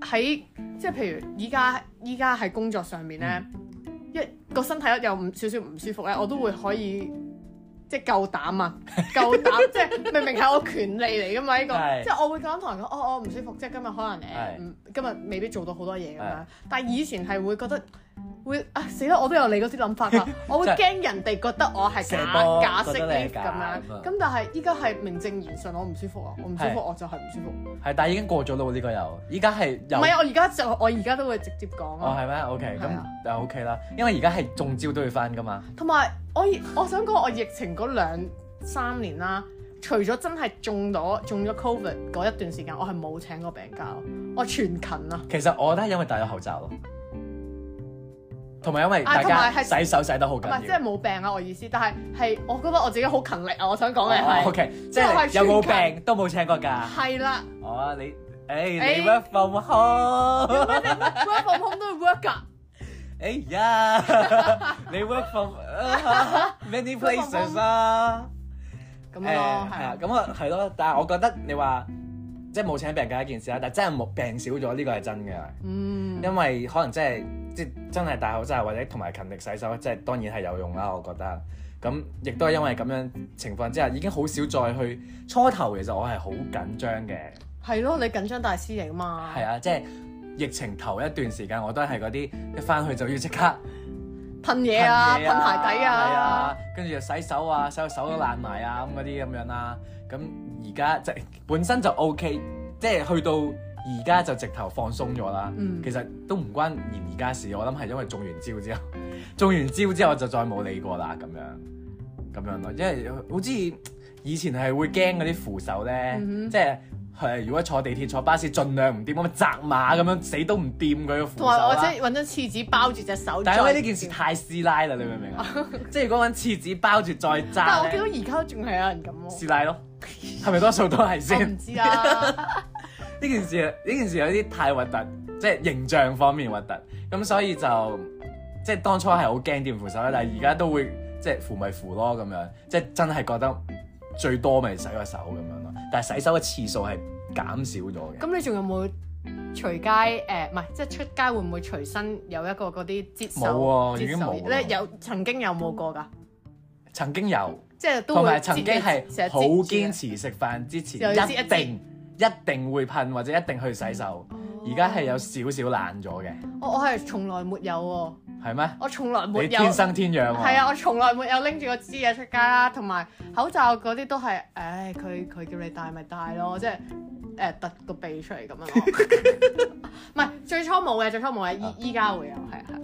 Speaker 1: 喺即係譬如依家依家喺工作上面咧，
Speaker 2: 嗯
Speaker 1: 一個身體有唔少少唔舒服咧，我都會可以即係夠
Speaker 2: *laughs*
Speaker 1: 膽啊，夠膽即係明明係我權利嚟噶嘛呢個，
Speaker 2: 係
Speaker 1: 即係我會咁同人講，哦我唔舒服，即係今日可
Speaker 2: 係
Speaker 1: 能誒唔今日未必做到好多嘢
Speaker 2: 係
Speaker 1: 咁樣，但係以前係會覺得。會啊死啦！我都有你嗰啲諗法
Speaker 2: *laughs*
Speaker 1: 㗎，我會
Speaker 2: 即係
Speaker 1: 驚人哋覺得我係
Speaker 2: 射
Speaker 1: 假
Speaker 2: 波
Speaker 1: 假
Speaker 2: 覺
Speaker 1: 式
Speaker 2: 得你係
Speaker 1: lift 咁
Speaker 2: 假
Speaker 1: 樣
Speaker 2: 咁啊，
Speaker 1: 咁但係依家係名正言順，我唔舒服啊，我唔舒服，
Speaker 2: 嗯係
Speaker 1: 我就係唔舒服。唔
Speaker 2: 係，但係已經過咗咯喎呢個又，依家係又
Speaker 1: 係啊，我而家就我而家都會直接講
Speaker 2: 哦
Speaker 1: 啊。
Speaker 2: 係咩？OK，
Speaker 1: 係
Speaker 2: 咁
Speaker 1: 啊
Speaker 2: 就 OK 啦，因為而家係中招都要翻噶嘛。
Speaker 1: 同埋我我想講，我疫情嗰兩三年啦，除咗真係中咗中咗 covid 嗰一段時間，我係冇請過病假咯，我全勤啊。
Speaker 2: 其實我覺得係因為戴咗口罩咯，同埋因為大
Speaker 1: 啊同
Speaker 2: 家
Speaker 1: 埋係
Speaker 2: 洗手洗得好
Speaker 1: 唔
Speaker 2: 緊要
Speaker 1: 係，即。係冇病啊！我意思，但係係我覺得我自己好勤力啊！我想講嘅
Speaker 2: 哦
Speaker 1: 係
Speaker 2: OK，即
Speaker 1: 係
Speaker 2: 係
Speaker 1: 全
Speaker 2: 有冇
Speaker 1: 勤
Speaker 2: 病都冇請過假。
Speaker 1: 係啦
Speaker 2: 哦，你誒
Speaker 1: 誒
Speaker 2: 你 work from home，
Speaker 1: ，work from home 都會 work 啊㗎。
Speaker 2: 哎呀， *laughs* 你 work from *laughs* 啊 many
Speaker 1: Work from
Speaker 2: places 啊。
Speaker 1: 咁
Speaker 2: 誒
Speaker 1: 樣咯，係
Speaker 2: 係啊
Speaker 1: 啊，，
Speaker 2: 咁啊係咯，但係我覺得你話即係冇請病假一件事啦，但係真係冇病少咗呢個係真嘅，
Speaker 1: 嗯，
Speaker 2: 因為可能真係即係真係戴口罩或者同埋勤力洗手，即係當然係有用啊啦，我覺得。咁亦都係因為咁樣情況之下，已經好少再去初頭，其實我係好緊張嘅。
Speaker 1: 係咯，你緊張大師嚟㗎嘛。
Speaker 2: 係啊，即係疫情頭一段時間，我都係嗰啲一翻去就要即刻
Speaker 1: 噴嘢啊，噴
Speaker 2: 嘢
Speaker 1: 鞋底
Speaker 2: 係
Speaker 1: 啊，
Speaker 2: 啊，跟住又洗手啊，洗到手都爛埋啊，咁嗰啲咁樣啦。咁而家即係本身就 O K，即係去到而家就直頭放鬆咗啦。
Speaker 1: 嗯
Speaker 2: 其實都唔關而而家事，我諗係因為中完招之後， *laughs* 中完招之後就再冇理過啦，咁樣咁樣咯。因為好似以前係會驚嗰啲扶手咧，
Speaker 1: 嗯哼
Speaker 2: 即係。係，如果坐地鐵、坐巴士，盡量唔掂，咁咪擲馬咁樣，死都唔掂佢個扶手
Speaker 1: 同埋我
Speaker 2: 啦
Speaker 1: 即係揾張廁紙包住隻手。
Speaker 2: 但係因為呢件
Speaker 1: 再
Speaker 2: 事，太師奶啦，你明唔明啊？ *laughs* 即係如果揾廁紙包住再
Speaker 1: 嗯但係我
Speaker 2: 揸
Speaker 1: 見
Speaker 2: 咧，
Speaker 1: 到而家都仲係有人咁喎。
Speaker 2: 師奶咯，係咪多數都係
Speaker 1: 我
Speaker 2: 先？
Speaker 1: 唔知啊，
Speaker 2: 呢件事呢件事有啲太核突，即係形象方面核突，咁所以就即係當初係好驚掂扶手啦，但係而家都會即係扶咪扶咯咁樣，即係真係覺得最多咪洗個手咁樣咯，但係洗手嘅次數係減少咗嘅。
Speaker 1: 咁你仲有冇隨街誒？唔係，即係出街會唔會隨身有一個嗰啲接手？
Speaker 2: 冇喎
Speaker 1: 摺
Speaker 2: 已經
Speaker 1: 手
Speaker 2: 冇喎
Speaker 1: 你有曾經有冇過㗎？
Speaker 2: 曾經有。
Speaker 1: 即係都
Speaker 2: 同埋
Speaker 1: 會
Speaker 2: 曾
Speaker 1: 摺
Speaker 2: 經
Speaker 1: 嘅成
Speaker 2: 係
Speaker 1: 日
Speaker 2: 好
Speaker 1: 摺住
Speaker 2: 堅
Speaker 1: 嘅
Speaker 2: 持食飯之前
Speaker 1: 又要
Speaker 2: 一
Speaker 1: 擠一哦擠
Speaker 2: 定一定會噴或者一定去洗手，而家係有少少懶咗嘅，
Speaker 1: 我我係從來沒有喎，
Speaker 2: 係咩？
Speaker 1: 我從來沒
Speaker 2: 你
Speaker 1: 有。
Speaker 2: 天生天養喎，
Speaker 1: 係啊，我從來沒有拎住個支嘢出街啦，同埋口罩嗰啲都係，唉，佢佢叫你戴咪戴
Speaker 2: 嗯
Speaker 1: 咯，即係誒突個鼻出嚟咁樣咯。 *laughs* 唔係最初冇嘅，最初冇嘅，依依家會有，係啊係啊。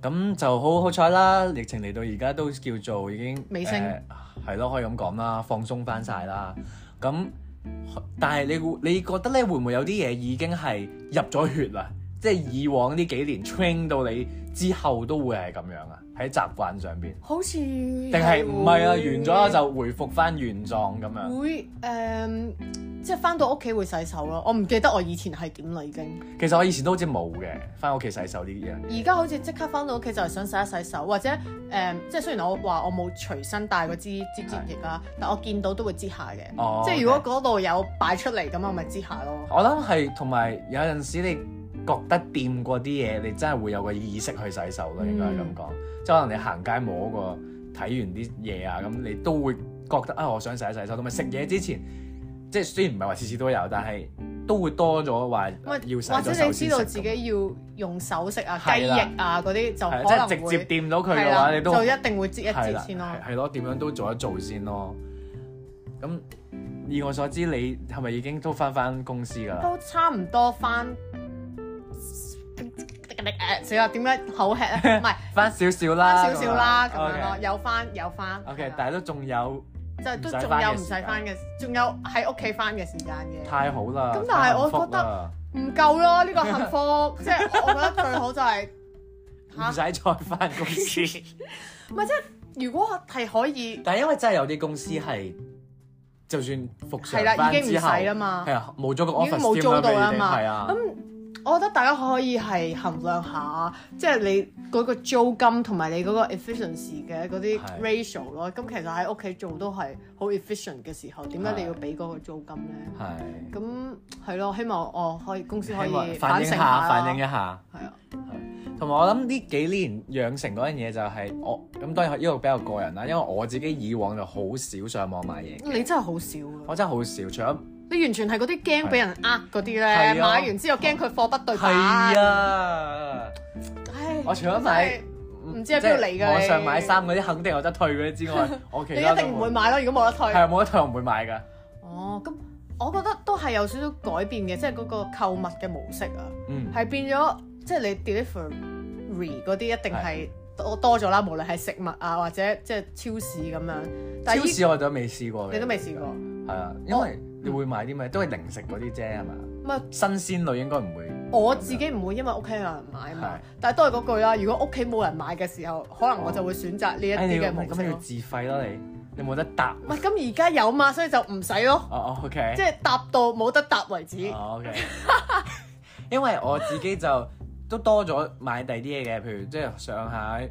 Speaker 2: 咁就好好彩啦！疫情嚟到而家都叫做已經
Speaker 1: 尾聲
Speaker 2: 呃係咯、可以咁講啦，放鬆翻晒啦。咁但係你會你覺得咧，會唔會有啲嘢已經係入咗血啦？即係以往呢幾年 train 到你之後都會係咁樣啊？喺習慣上邊，
Speaker 1: 好似定
Speaker 2: 定係唔係啊？完咗啊啦就回復翻原狀咁樣。
Speaker 1: 會誒、嗯即係翻到屋企會洗手咯。我唔記得我以前係點啦，已經。
Speaker 2: 其實我以前都好似冇嘅，翻屋企洗手呢啲嘢。
Speaker 1: 而家好似即刻翻到屋企就係想洗一洗手，或者誒、嗯即係雖然我話我冇隨身帶嗰支支摺液啦，但我見到都會擠下嘅。
Speaker 2: 哦
Speaker 1: 即係如果
Speaker 2: OK 嗯
Speaker 1: 嗰度有擺出嚟咁，我咪擠下咯。
Speaker 2: 我諗係同埋有陣時你覺得掂過啲嘢，你真係會有個意識去洗手咯，
Speaker 1: 嗯
Speaker 2: 應該係咁講。即係可能你行街摸過，睇完啲嘢啊，咁你都會覺得啊，我想洗一洗手。同埋食嘢之前，即係雖然唔係話次次都有，但係都會多咗話
Speaker 1: 唔係
Speaker 2: 要洗
Speaker 1: 或
Speaker 2: 咗
Speaker 1: 者
Speaker 2: 手先
Speaker 1: 你知
Speaker 2: 食
Speaker 1: 道
Speaker 2: 咁
Speaker 1: 自己要用手食啊、雞
Speaker 2: 係啦
Speaker 1: 翼啊嗰啲就
Speaker 2: 係
Speaker 1: 可
Speaker 2: 即
Speaker 1: 能
Speaker 2: 係
Speaker 1: 會
Speaker 2: 直接掂到佢
Speaker 1: 係
Speaker 2: 嘅
Speaker 1: 啦
Speaker 2: 話，你都
Speaker 1: 就一定會擠一
Speaker 2: 係
Speaker 1: 擠
Speaker 2: 啦，
Speaker 1: 先咯。
Speaker 2: 係係咯，點樣都做一做先咯。咁以我所知，你係咪已經都翻翻公司㗎啦？
Speaker 1: 都差唔多翻。死啦！點解口吃
Speaker 2: *laughs*
Speaker 1: 咧？唔係
Speaker 2: 翻少少啦，
Speaker 1: 翻少少啦，咁樣咯，
Speaker 2: OK。
Speaker 1: 有翻有翻。係
Speaker 2: OK，
Speaker 1: 啦
Speaker 2: 但係都仲有。
Speaker 1: 就係
Speaker 2: 唔
Speaker 1: 都
Speaker 2: 使
Speaker 1: 仲
Speaker 2: 返嘅
Speaker 1: 有唔
Speaker 2: 時
Speaker 1: 使
Speaker 2: 間
Speaker 1: 翻嘅，仲有喺屋企翻嘅時間嘅，
Speaker 2: 太好啦！
Speaker 1: 咁但係我覺
Speaker 2: 得
Speaker 1: 唔夠咯。呢個幸福，即係我覺得最好就係
Speaker 2: 唔使再翻公司，
Speaker 1: *laughs* 如果係可以，
Speaker 2: 但係因為真係有啲公司係，就算復
Speaker 1: 係
Speaker 2: 常
Speaker 1: 啦，
Speaker 2: 翻
Speaker 1: 已經唔
Speaker 2: 之後，
Speaker 1: 使啦
Speaker 2: 係
Speaker 1: 嘛，
Speaker 2: 啊，冇咗個
Speaker 1: 已經
Speaker 2: office
Speaker 1: 冇
Speaker 2: 添啦
Speaker 1: 租到啦
Speaker 2: 俾你哋
Speaker 1: 嘛。
Speaker 2: 係啊，
Speaker 1: 咁我覺得大家可以係衡量下，即係你嗰個租金同埋你嗰個 efficiency 嘅嗰啲
Speaker 2: 係
Speaker 1: ratio 咯。咁其實喺屋企做都係好 efficient 嘅時候，點解
Speaker 2: 係
Speaker 1: 你要俾嗰個租金咧？
Speaker 2: 係
Speaker 1: 咁係咯，希望我可以公司可
Speaker 2: 希望
Speaker 1: 以
Speaker 2: 反
Speaker 1: 反
Speaker 2: 映
Speaker 1: 省
Speaker 2: 下，
Speaker 1: 啦
Speaker 2: 反映一下。
Speaker 1: 係啊。
Speaker 2: 同埋我諗呢幾年養成嗰樣嘢就係我咁當然呢個比較個人啦，因為我自己以往就好少上網買嘢，
Speaker 1: 你真係好少啊！
Speaker 2: 我真係好少，除咗
Speaker 1: 你完全係嗰啲驚俾人呃嗰啲咧，
Speaker 2: 係
Speaker 1: 買
Speaker 2: 啊
Speaker 1: 完之後驚佢貨不對版。
Speaker 2: 係啊。
Speaker 1: 唉，
Speaker 2: 我除咗買
Speaker 1: 唔知喺邊度嚟㗎
Speaker 2: 即係網上買衫嗰啲肯定有得退嗰啲之
Speaker 1: *laughs*
Speaker 2: 外，我其
Speaker 1: 真係
Speaker 2: 他
Speaker 1: 你一定唔會買咯，如果冇得退。
Speaker 2: 係啊冇得退，我唔會買㗎。
Speaker 1: 哦，咁我覺得都係有少少改變嘅，即係嗰個購物嘅模式啊，
Speaker 2: 嗯，
Speaker 1: 係變咗即係你 delivery 嗰啲一定係多多咗啦，無論係食物啊或者即係超市咁樣。但係
Speaker 2: 超
Speaker 1: 依
Speaker 2: 市我都未試過嘅，
Speaker 1: 你都未試過，
Speaker 2: 係啊，因為你會買啲咩都係零食嗰啲啫，係嘛？
Speaker 1: 唔係
Speaker 2: 新鮮類應該唔會。
Speaker 1: 我自己唔會因為屋企有人買嘛
Speaker 2: 係，
Speaker 1: 但係都係嗰句啦。如果屋企冇人買嘅時候，可能我就會選擇呢一
Speaker 2: 哎你
Speaker 1: 啲
Speaker 2: 要
Speaker 1: 嘅模式
Speaker 2: 咁你要
Speaker 1: 咯。
Speaker 2: 自費啦，你你冇得搭。
Speaker 1: 唔係咁而家有嘛，所以就唔使咯，
Speaker 2: 哦哦，OK
Speaker 1: 即。係答到冇得答為止。
Speaker 2: 哦，OK。因為我自己就都多咗買第啲嘢嘅，譬如即係上下誒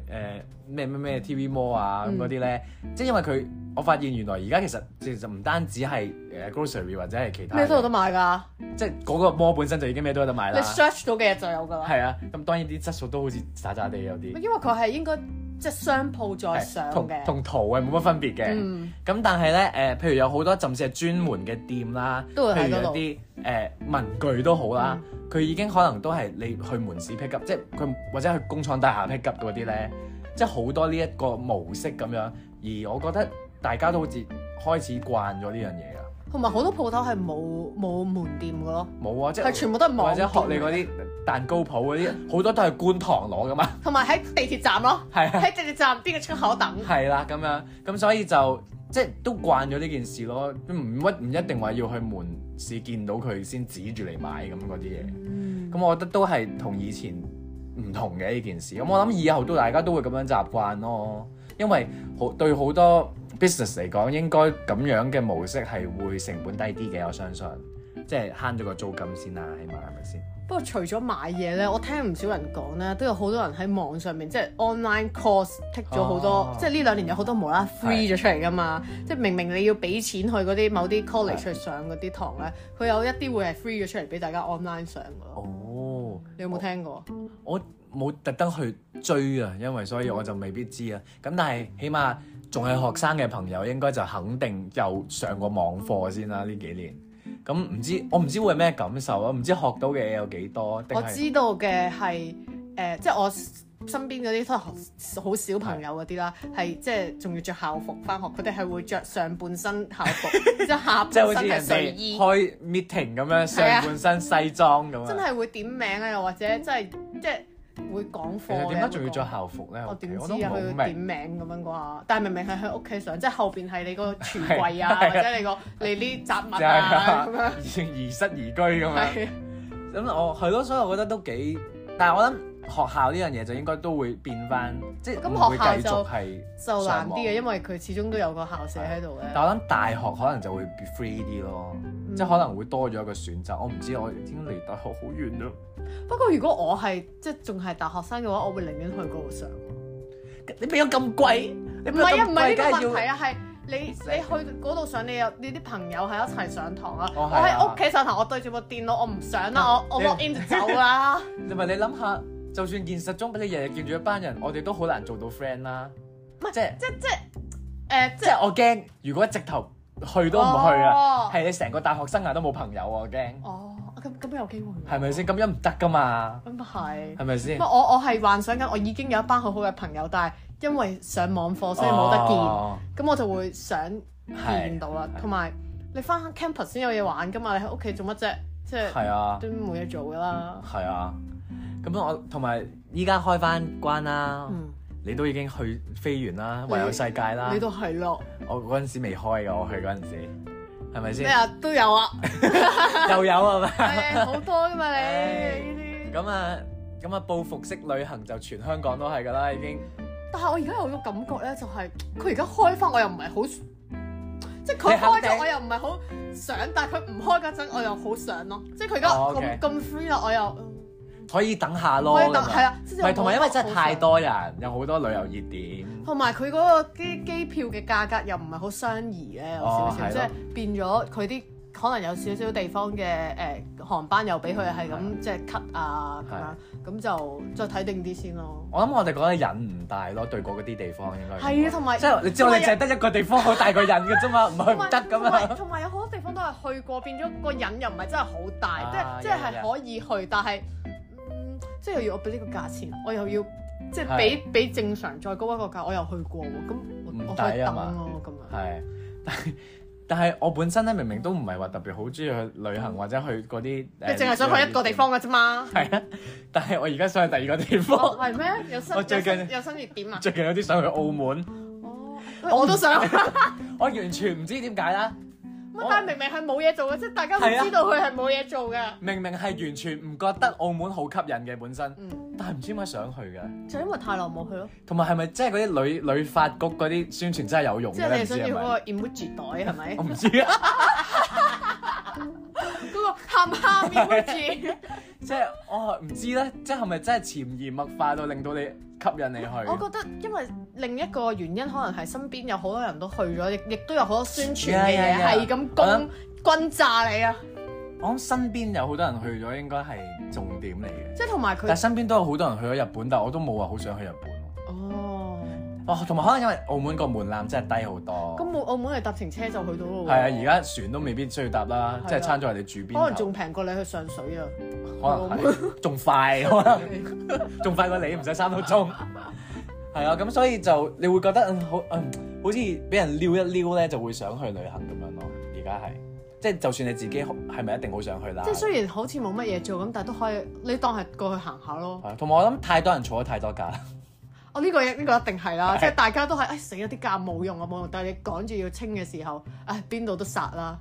Speaker 2: 咩咩咩 TV Mall 啊咁
Speaker 1: 嗯
Speaker 2: 嗰啲咧，即係因為佢我發現原來而家其實其實唔單止係誒 grocery 或者係其他
Speaker 1: 咩都有
Speaker 2: 嘅，
Speaker 1: 得買㗎，
Speaker 2: 即係嗰個 mall 本身就已經咩都有得買
Speaker 1: 你
Speaker 2: 啦。
Speaker 1: search 到嘅嘢就有㗎啦。
Speaker 2: 係啊，咁當然啲質素都好似渣渣地有啲。
Speaker 1: 因為佢係應該即係商鋪再上
Speaker 2: 係同
Speaker 1: 嘅，
Speaker 2: 同圖係冇乜分別嘅。咁、
Speaker 1: 嗯，
Speaker 2: 但係咧，誒、譬如有好多甚至係專門嘅店啦，
Speaker 1: 都會喺
Speaker 2: 譬如
Speaker 1: 嗰
Speaker 2: 有
Speaker 1: 度嗯
Speaker 2: 啲誒、文具都好啦，佢、已經可能都係你去門市 pick up，即係佢或者去工廠大廈 pick up 嗰啲咧，即係好多呢一個模式咁樣。而我覺得大家都好似開始慣咗呢樣嘢啦。啊
Speaker 1: 同埋好多鋪頭係冇冇門店㗎咯，
Speaker 2: 冇啊，即
Speaker 1: 係
Speaker 2: 係
Speaker 1: 全部都係網
Speaker 2: 或者
Speaker 1: 店
Speaker 2: 學你嗰啲蛋糕鋪嗰啲，好多都係觀塘攞噶嘛，
Speaker 1: 同埋喺地鐵站咯， *laughs*
Speaker 2: 係啊。
Speaker 1: 喺地鐵站邊個出口等。
Speaker 2: 係啦，咁樣咁所以就即係都慣咗呢件事咯，唔唔一定話要去門市見到佢先指住嚟買咁嗰啲嘢。
Speaker 1: 嗯
Speaker 2: 咁我覺得都係同以前唔同嘅呢件事。咁我諗以後都大家都會咁樣習慣咯，因為好對好多 business 嚟講，應該咁樣嘅模式係會成本低啲嘅，我相信。即係慳咗個租金先啦，起碼係咪先？
Speaker 1: 不過除咗買嘢咧，我聽唔少人講咧，都有好多人喺網上面即係 online course take 咗好多，
Speaker 2: 哦
Speaker 1: 即係呢兩年有好多無啦啦 free 咗出嚟噶嘛。即係明明你要俾錢去嗰啲某啲 college 去上嗰啲堂咧，佢有一啲會係 free 咗出嚟俾大家 online 上噶咯。
Speaker 2: 哦，
Speaker 1: 你有冇聽過？
Speaker 2: 我冇特登去追啊，因為所以我就未必知啊。咁但係起碼仲係學生嘅朋友，應該就肯定有上過網課先啦。呢幾年咁唔知我唔知會係咩感受啊，唔知學到嘅嘢有幾多，定
Speaker 1: 我
Speaker 2: 係
Speaker 1: 知道嘅係誒，即係我身邊嗰啲都係好小朋友嗰啲啦，係即係仲要着校服翻學，佢哋係會着上半身
Speaker 2: *laughs*
Speaker 1: 校服，即係下
Speaker 2: 即係
Speaker 1: 半
Speaker 2: 好似
Speaker 1: 身
Speaker 2: 人
Speaker 1: 係睡
Speaker 2: 哋
Speaker 1: 衣，
Speaker 2: 開 meeting 咁樣，
Speaker 1: 係啊
Speaker 2: 上半身西裝咁
Speaker 1: 真
Speaker 2: 啊。
Speaker 1: 係會點名啊，又或者真係即係會講
Speaker 2: 其
Speaker 1: 課
Speaker 2: 實
Speaker 1: 嘅。
Speaker 2: 點解仲要
Speaker 1: 會講
Speaker 2: 着？校服咧？
Speaker 1: 我點
Speaker 2: 屋
Speaker 1: 知
Speaker 2: 企
Speaker 1: 啊？
Speaker 2: 我都
Speaker 1: 佢
Speaker 2: 冇
Speaker 1: 會點
Speaker 2: 明。
Speaker 1: 名咁樣啩？但係明明係喺屋企上，即係後邊係你個櫥
Speaker 2: *laughs*
Speaker 1: 櫃啊，或者你個你啲雜物
Speaker 2: 啊就係
Speaker 1: 啊
Speaker 2: 啊
Speaker 1: 咁樣。
Speaker 2: 疑疑室宜居咁樣。
Speaker 1: 係啊
Speaker 2: 誒咁我係咯，所以我覺得都幾，但係我諗學校呢樣嘢就應該都會變翻，即係
Speaker 1: 咁
Speaker 2: 唔會
Speaker 1: 學校
Speaker 2: 繼
Speaker 1: 就
Speaker 2: 續係。
Speaker 1: 就難
Speaker 2: 上
Speaker 1: 啲嘅，
Speaker 2: 網
Speaker 1: 因為佢始終都有個校舍喺度咧。
Speaker 2: 但我諗大學可能就會 be free 啲咯，
Speaker 1: 嗯
Speaker 2: 即係可能會多咗一個選擇。我唔知我已經離大學好遠咯。
Speaker 1: 不過如果我係即係仲係大學生嘅話，我會寧願去嗰度上。
Speaker 2: 你俾咗咁貴，你俾
Speaker 1: 唔
Speaker 2: 咗
Speaker 1: 係啊，
Speaker 2: 咁
Speaker 1: 唔
Speaker 2: 貴，梗係
Speaker 1: 係呢個問題
Speaker 2: 要。
Speaker 1: 啊，係你你去嗰度上，你有你啲朋友係一齊上堂啊。
Speaker 2: 哦
Speaker 1: 我
Speaker 2: 係啊
Speaker 1: 喺屋企上堂，我對住部電腦，我唔
Speaker 2: *laughs*
Speaker 1: 上啦，我我
Speaker 2: 你
Speaker 1: log in 就走
Speaker 2: *laughs*
Speaker 1: 啦。
Speaker 2: 你咪你諗下，就算現實中俾你日日見住一班人，我哋都好難做到 friend 啦。
Speaker 1: 唔係
Speaker 2: 即係
Speaker 1: 即即誒
Speaker 2: 即
Speaker 1: 即
Speaker 2: 係我驚，如果直頭去都唔去啊，
Speaker 1: 啊
Speaker 2: 係你成個大學生涯都冇朋友啊，我驚。
Speaker 1: 哦，咁咁有機會喎
Speaker 2: 係咪？先？咁樣唔得噶嘛，
Speaker 1: 咁係。
Speaker 2: 係咪先
Speaker 1: 不？過我我係幻想緊，我已經有一班好好嘅朋友，但係因為上網課所以冇得見，咁、
Speaker 2: 哦
Speaker 1: 我就會想見
Speaker 2: 係
Speaker 1: 到啦。
Speaker 2: 係
Speaker 1: 同埋你翻 campus 先有嘢玩噶嘛，你喺屋企做乜啫？即係
Speaker 2: 係啊，
Speaker 1: 都冇嘢做噶啦。
Speaker 2: 係啊。咁我同埋依家開翻關啦，
Speaker 1: 嗯，
Speaker 2: 你都已經去飛完啦，
Speaker 1: 你
Speaker 2: 環遊世界啦
Speaker 1: 你。都係咯，
Speaker 2: 我嗰陣時未開㗎，我去嗰陣時係咪
Speaker 1: 你
Speaker 2: 先？
Speaker 1: 啊都
Speaker 2: *laughs*
Speaker 1: 有啊，
Speaker 2: 又有係咪？
Speaker 1: 係好多噶嘛
Speaker 2: 唉
Speaker 1: 你呢啲。
Speaker 2: 咁啊，咁啊，報復式旅行就全香港都係㗎啦，已經。
Speaker 1: 但係我而家有個感覺咧，就係佢而家開翻，我又唔係好，即係
Speaker 2: 你
Speaker 1: 佢
Speaker 2: 肯
Speaker 1: 開
Speaker 2: 定
Speaker 1: 咗，我又唔係好想，但係佢唔開嗰陣，我又好想咯。即係佢而家
Speaker 2: 哦，OK
Speaker 1: 咁咁 free 啦，我又。
Speaker 2: 可以等下咯，
Speaker 1: 可以等
Speaker 2: 咁樣
Speaker 1: 係啊，
Speaker 2: 唔係同埋因為真係太，多人，有好多旅遊熱點，
Speaker 1: 同埋佢嗰個機機票嘅價格又唔係好相宜咧，有
Speaker 2: 哦
Speaker 1: 少少
Speaker 2: 係咯
Speaker 1: 即係變咗佢啲可能有少少地方嘅誒航班又俾佢係
Speaker 2: 嗯
Speaker 1: 咁即係 cut 啊咁樣，咁就再睇定啲先咯。
Speaker 2: 我諗我哋講嘅癮唔大咯，對過嗰啲地方應該
Speaker 1: 係啊，同埋
Speaker 2: 即係你知我哋淨係得一個地方好大個癮嘅啫嘛，唔去
Speaker 1: 同
Speaker 2: 唔
Speaker 1: 埋
Speaker 2: 得噶
Speaker 1: 同埋
Speaker 2: 嘛。
Speaker 1: 同埋有好多地方都係去過，變咗個癮又唔係真係好大，
Speaker 2: 啊
Speaker 1: 即係即係
Speaker 2: 有有
Speaker 1: 係可以去，但係嗯即係又要我俾呢個價錢，我又要即係
Speaker 2: 係
Speaker 1: 比比正常再高一個價，我又去過喎，咁我
Speaker 2: 唔
Speaker 1: 我
Speaker 2: 抵
Speaker 1: 可以
Speaker 2: 啊
Speaker 1: 等
Speaker 2: 嘛
Speaker 1: 咯咁樣。
Speaker 2: 係， *laughs* 但係但係我本身咧明明都唔係話特別好中意去旅行或者去嗰啲，
Speaker 1: 你淨係想
Speaker 2: 啊
Speaker 1: 去一個地方嘅啫嘛？
Speaker 2: 係啊，但係我而家想去第二個地
Speaker 1: 哦
Speaker 2: 方， *laughs*
Speaker 1: 係咩？有新
Speaker 2: 我最近
Speaker 1: 有新有新熱點啊！
Speaker 2: 最近有啲想去澳門，
Speaker 1: 哦，我都想，
Speaker 2: *laughs*
Speaker 1: 乜
Speaker 2: 我完全唔知點解啦。
Speaker 1: 但係明明係冇嘢做嘅，即係大家
Speaker 2: 係
Speaker 1: 會
Speaker 2: 啊
Speaker 1: 知道佢係冇嘢做嘅。
Speaker 2: 明明係完全唔覺得澳門好吸引嘅本身，
Speaker 1: 嗯，
Speaker 2: 但係唔知點解想去嘅。
Speaker 1: 就因為太耐冇去咯，
Speaker 2: 同埋係咪即係嗰啲旅旅發局嗰啲宣傳真係有用
Speaker 1: 即
Speaker 2: 嘅
Speaker 1: 係
Speaker 2: 咧？
Speaker 1: 你
Speaker 2: 唔知
Speaker 1: 想要
Speaker 2: 係
Speaker 1: 嗰
Speaker 2: 咪？
Speaker 1: 個 emoji 袋係咪
Speaker 2: 我？唔知啊，
Speaker 1: 嗰個喊喊 emoji。
Speaker 2: 即係我唔知咧，即係係咪真係潛移默化到令到你吸引你
Speaker 1: 我
Speaker 2: 去？
Speaker 1: 覺得因為另一個原因，可能係身邊有好多人都去咗，亦亦都有好多宣傳嘅
Speaker 2: Yeah,
Speaker 1: 嘢
Speaker 2: yeah, yeah.
Speaker 1: 係咁攻轟炸你啊！
Speaker 2: 我諗身邊有好多人去咗，應該係重點嚟嘅。
Speaker 1: 即係同埋佢
Speaker 2: 但係身邊都有好多人去咗日本，但我都冇話好想去日本喎。
Speaker 1: 哦，
Speaker 2: 哦，同埋可能因為澳門個門檻真係低好多，
Speaker 1: 咁澳澳門係搭程車就去到咯
Speaker 2: 係
Speaker 1: 喎。
Speaker 2: 啊，而家船都未必需要搭啦
Speaker 1: 係，啊
Speaker 2: 即係撐咗人哋住邊頭，
Speaker 1: 可能仲平過你去上水
Speaker 2: *laughs*
Speaker 1: 啊！
Speaker 2: 可能
Speaker 1: *laughs*
Speaker 2: 係仲快， *laughs* 可能。仲快過你，唔使三個
Speaker 1: *laughs*
Speaker 2: 鐘。係啊，咁所以就你會覺得嗯好嗯，好似俾人撩一撩咧，就會想去旅行咁樣咯。而家係，即係就算你自己好係咪一定好想去啦
Speaker 1: 即係？雖然好似冇乜嘢做咁，但係都可以你當係過去行下咯。
Speaker 2: 係同埋我諗太多人坐咗太多架啦，
Speaker 1: 哦，呢個嘢呢個一定係啦，
Speaker 2: 係
Speaker 1: 即係大家都係唉死啦，啲假冇用啊冇用，但係你趕住要清嘅時候，唉邊度都殺啦。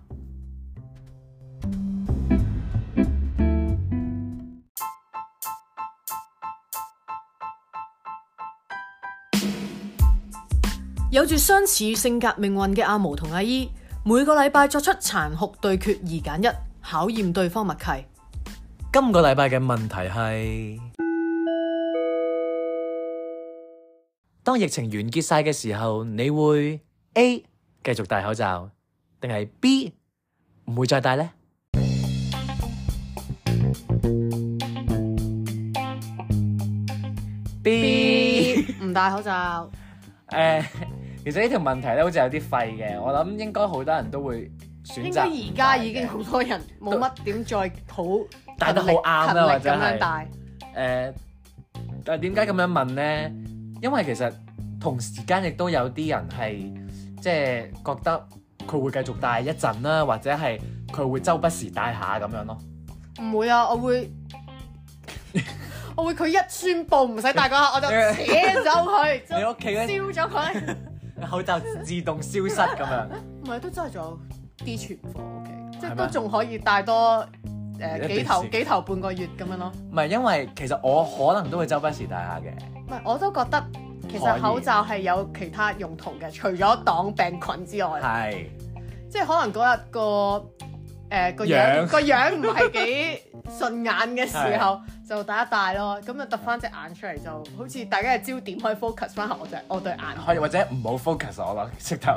Speaker 1: 有住相似性格命運嘅阿毛同阿姨，每個禮拜作出殘酷對決二揀一，考驗對方默契。
Speaker 2: 今個禮拜嘅問題係：當疫情完結晒嘅時候，你會 A 繼續戴口罩，定係 B 唔會再戴呢？B
Speaker 1: 唔戴口罩。
Speaker 2: 誒、其實呢條問題咧，好似有啲廢嘅。我諗應該好多人都會選
Speaker 1: 應
Speaker 2: 擇
Speaker 1: 該
Speaker 2: 唔戴嘅。
Speaker 1: 而家已經好多人冇乜點再好
Speaker 2: 戴得好啱啦
Speaker 1: 勤力
Speaker 2: 或者
Speaker 1: 咁樣
Speaker 2: 係
Speaker 1: 戴，
Speaker 2: 誒、但係點解咁樣問咧？因為其實同時間亦都有啲人係即係覺得佢會繼續戴一陣啦，或者係佢會周不時戴下咁樣咯。
Speaker 1: 唔會啊！我會 *laughs* 我會佢一宣布唔使戴嗰下，
Speaker 2: *laughs*
Speaker 1: 我就扯走佢，
Speaker 2: 你屋企嗰
Speaker 1: 燒咗佢。 *laughs*
Speaker 2: 啲口罩自動消失咁樣，
Speaker 1: 唔係都真係仲有啲存貨，OK，即
Speaker 2: 係
Speaker 1: 係都
Speaker 2: 咩
Speaker 1: 仲可以戴多誒
Speaker 2: 一
Speaker 1: 幾
Speaker 2: 段
Speaker 1: 頭
Speaker 2: 時
Speaker 1: 幾頭半個月咁樣咯。
Speaker 2: 唔係因為其實我可能都會周不時戴下嘅，
Speaker 1: 唔係，我都覺得其
Speaker 2: 可
Speaker 1: 實
Speaker 2: 以
Speaker 1: 口罩係有其他用途嘅，除咗擋病菌之外，
Speaker 2: 係
Speaker 1: 即係可能嗰日個誒個樣
Speaker 2: 樣
Speaker 1: 個樣唔係幾順眼嘅時候，就戴一戴咯。咁就突翻隻眼出嚟，就好似大家嘅焦點可以 focus 翻下我隻我對眼。
Speaker 2: 可以或者唔好 focus 我啦，直頭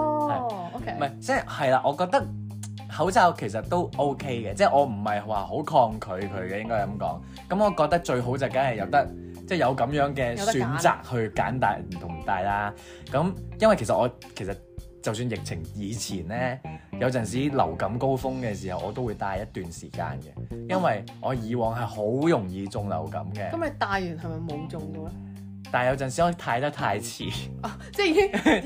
Speaker 1: 哦，OK，
Speaker 2: 唔係即係係啦，我覺得口罩其實都 OK 嘅，即係我唔係話好抗拒佢嘅，應該係咁講。咁我覺得最好就梗係有得即係有咁樣嘅
Speaker 1: 有得揀
Speaker 2: 選擇去揀戴唔同唔戴啦。咁因為其實我其實就算疫情以前呢，有陣時流感高峰嘅時候，我都會戴一段時間嘅，因為我以往係好容易中流感嘅
Speaker 1: 咁，你戴完係咪冇中到咧？
Speaker 2: 但係有陣時我戴得太遲。
Speaker 1: 哦，即係
Speaker 2: *laughs*
Speaker 1: 已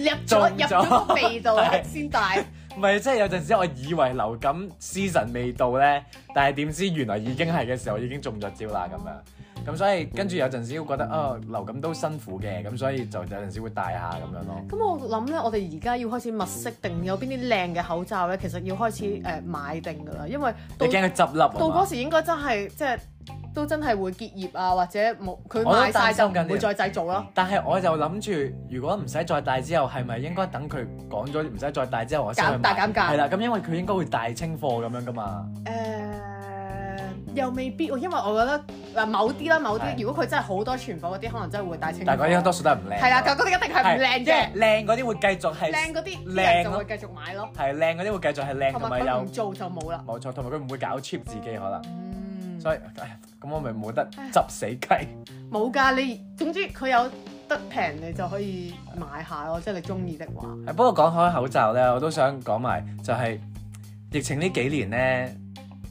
Speaker 1: 經入
Speaker 2: 中咗
Speaker 1: 咗入咗個鼻度啦，
Speaker 2: 係
Speaker 1: 先戴。
Speaker 2: 唔係，即係有陣時我以為流感 season 未到咧，但係點知原來已經係嘅時候已經中咗招啦咁樣。咁所以跟住有陣時會覺得啊、流感都辛苦嘅，咁所以就有陣時會戴下咁樣咯。
Speaker 1: 咁我諗咧，我哋而家要開始物色定有邊啲靚嘅口罩咧，其實要開始誒、呃、買定㗎啦，因為到
Speaker 2: 你驚佢執笠
Speaker 1: 到
Speaker 2: 啊嘛
Speaker 1: 嗰？時應該真係即係都真係會結業啊，或者冇佢
Speaker 2: 我都
Speaker 1: 賣
Speaker 2: 擔
Speaker 1: 晒
Speaker 2: 心
Speaker 1: 就
Speaker 2: 緊呢
Speaker 1: 唔會再製造咯。
Speaker 2: 但係我就諗住，如果唔使再戴之後，係咪應該等佢講咗唔使再戴之後，我先去
Speaker 1: 減大
Speaker 2: 買
Speaker 1: 減價
Speaker 2: 係啦，咁因為佢應該會大清貨咁樣噶嘛。
Speaker 1: 誒、
Speaker 2: 嗯
Speaker 1: 又未必喎，因為我覺得嗱某啲啦，某啲
Speaker 2: 係
Speaker 1: 如果佢真係好多存貨嗰啲，可能真係會大清貨。
Speaker 2: 但係嗰啲多數都係唔靚㗎。
Speaker 1: 係啦，嗰啲一定係唔靚嘅，
Speaker 2: 因為靚嗰啲會繼續係
Speaker 1: 靚嗰啲啲
Speaker 2: 靚
Speaker 1: 人就
Speaker 2: 咯
Speaker 1: 會，繼續買咯，
Speaker 2: 係靚嗰啲會繼續係靚
Speaker 1: 同
Speaker 2: 同埋
Speaker 1: 埋佢
Speaker 2: 有
Speaker 1: 唔。做就冇啦。
Speaker 2: 冇錯，同埋佢唔會搞 cheap 自己可能，
Speaker 1: 嗯。
Speaker 2: 所以唉咁我咪冇得執死雞。
Speaker 1: 冇㗎，你總之佢有得平你就可以買下咯，即係你中意的話。
Speaker 2: 唉不過講開口罩咧，我都想講埋就係、疫情呢幾年咧，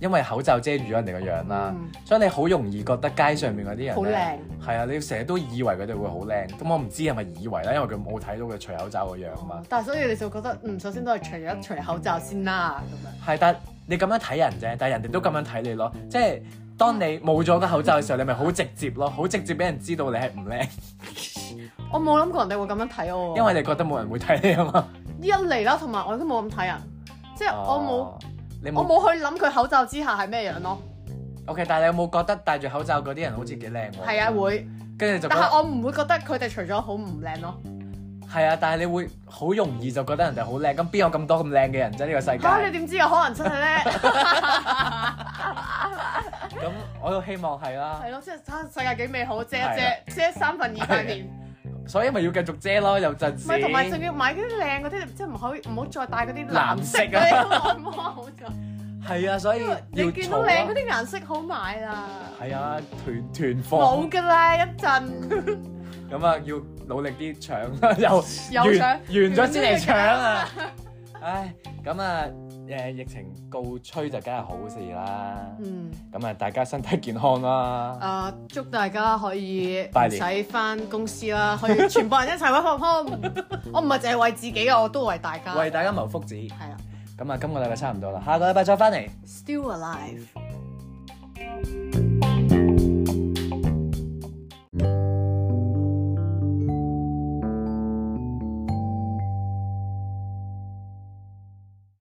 Speaker 2: 因為口罩遮住咗人哋個樣啦，
Speaker 1: 嗯，
Speaker 2: 所以你好容易覺得街上面嗰啲人
Speaker 1: 好
Speaker 2: 咧
Speaker 1: 靚。
Speaker 2: 係啊，你成日都以為佢哋會好靚，咁我唔知係咪以為啦，因為佢冇睇到佢除口罩個樣啊嘛。
Speaker 1: 但係所以你就覺得，嗯，首先都係除一除口罩先啦，咁樣。
Speaker 2: 係，但你咁樣睇人啫，但係人哋都咁樣睇你咯，即係。當你冇咗個口罩嘅時候，你咪好直接咯，好直接俾人知道你係唔靚，
Speaker 1: 我冇諗過人哋會咁樣睇我喎。
Speaker 2: 因為你覺得冇人會睇你啊嘛。
Speaker 1: 一嚟啦，同埋我都冇咁睇人，即係我
Speaker 2: 哦，你
Speaker 1: 冇我冇去諗佢口罩之下係咩樣咯。
Speaker 2: OK，但係你有冇覺得戴住口罩嗰啲人好似幾靚喎？
Speaker 1: 係啊，會，
Speaker 2: 跟嗯住就
Speaker 1: 但
Speaker 2: 覺
Speaker 1: 係
Speaker 2: 得
Speaker 1: 我唔會覺得佢哋除咗好唔靚咯。
Speaker 2: 係啊，但係你會好容易就覺得人哋好靚，咁邊有咁多咁靚嘅人啫？呢個世
Speaker 1: 嚇、你
Speaker 2: 界，
Speaker 1: 點知啊？可能真係
Speaker 2: *laughs*
Speaker 1: 咧，
Speaker 2: 咁我都希望係啦，
Speaker 1: 係咯，即係睇下世界幾美好，遮一
Speaker 2: 係啊
Speaker 1: 遮遮三分二塊面。
Speaker 2: 所以咪要繼續遮咯，有陣
Speaker 1: 唔係，同埋仲
Speaker 2: 時
Speaker 1: 要買嗰啲靚嗰啲，即係唔可以唔好再戴嗰啲藍
Speaker 2: 藍
Speaker 1: 色
Speaker 2: 色
Speaker 1: 嗰
Speaker 2: 啊
Speaker 1: 啲按摩好咗。
Speaker 2: 係啊，所以
Speaker 1: 因為
Speaker 2: 要
Speaker 1: *laughs* 你見到
Speaker 2: 儲
Speaker 1: 靚嗰
Speaker 2: 啊
Speaker 1: 啲顏色好買啦，
Speaker 2: 係啊，團團
Speaker 1: 冇
Speaker 2: 貨
Speaker 1: 㗎啦，一陣
Speaker 2: 咁啊，要努力啲搶
Speaker 1: *laughs*
Speaker 2: 啦，又
Speaker 1: 又
Speaker 2: 完
Speaker 1: 搶
Speaker 2: 完咗先嚟搶啊！ *laughs*
Speaker 1: *laughs*
Speaker 2: 唉，咁啊，誒疫情告吹就梗係好事啦，
Speaker 1: 嗯，
Speaker 2: 咁啊大家身體健康啦。
Speaker 1: 啊，祝大家可以
Speaker 2: 拜
Speaker 1: 唔
Speaker 2: 年
Speaker 1: 使翻公司啦，可以全部人一齊 work from home。我唔係淨係為自己嘅，啊我都為大家。
Speaker 2: 為大家謀福祉。
Speaker 1: 係啦
Speaker 2: 咁啊，今個禮拜差唔多啦，下個禮拜再翻嚟。
Speaker 1: ，still alive。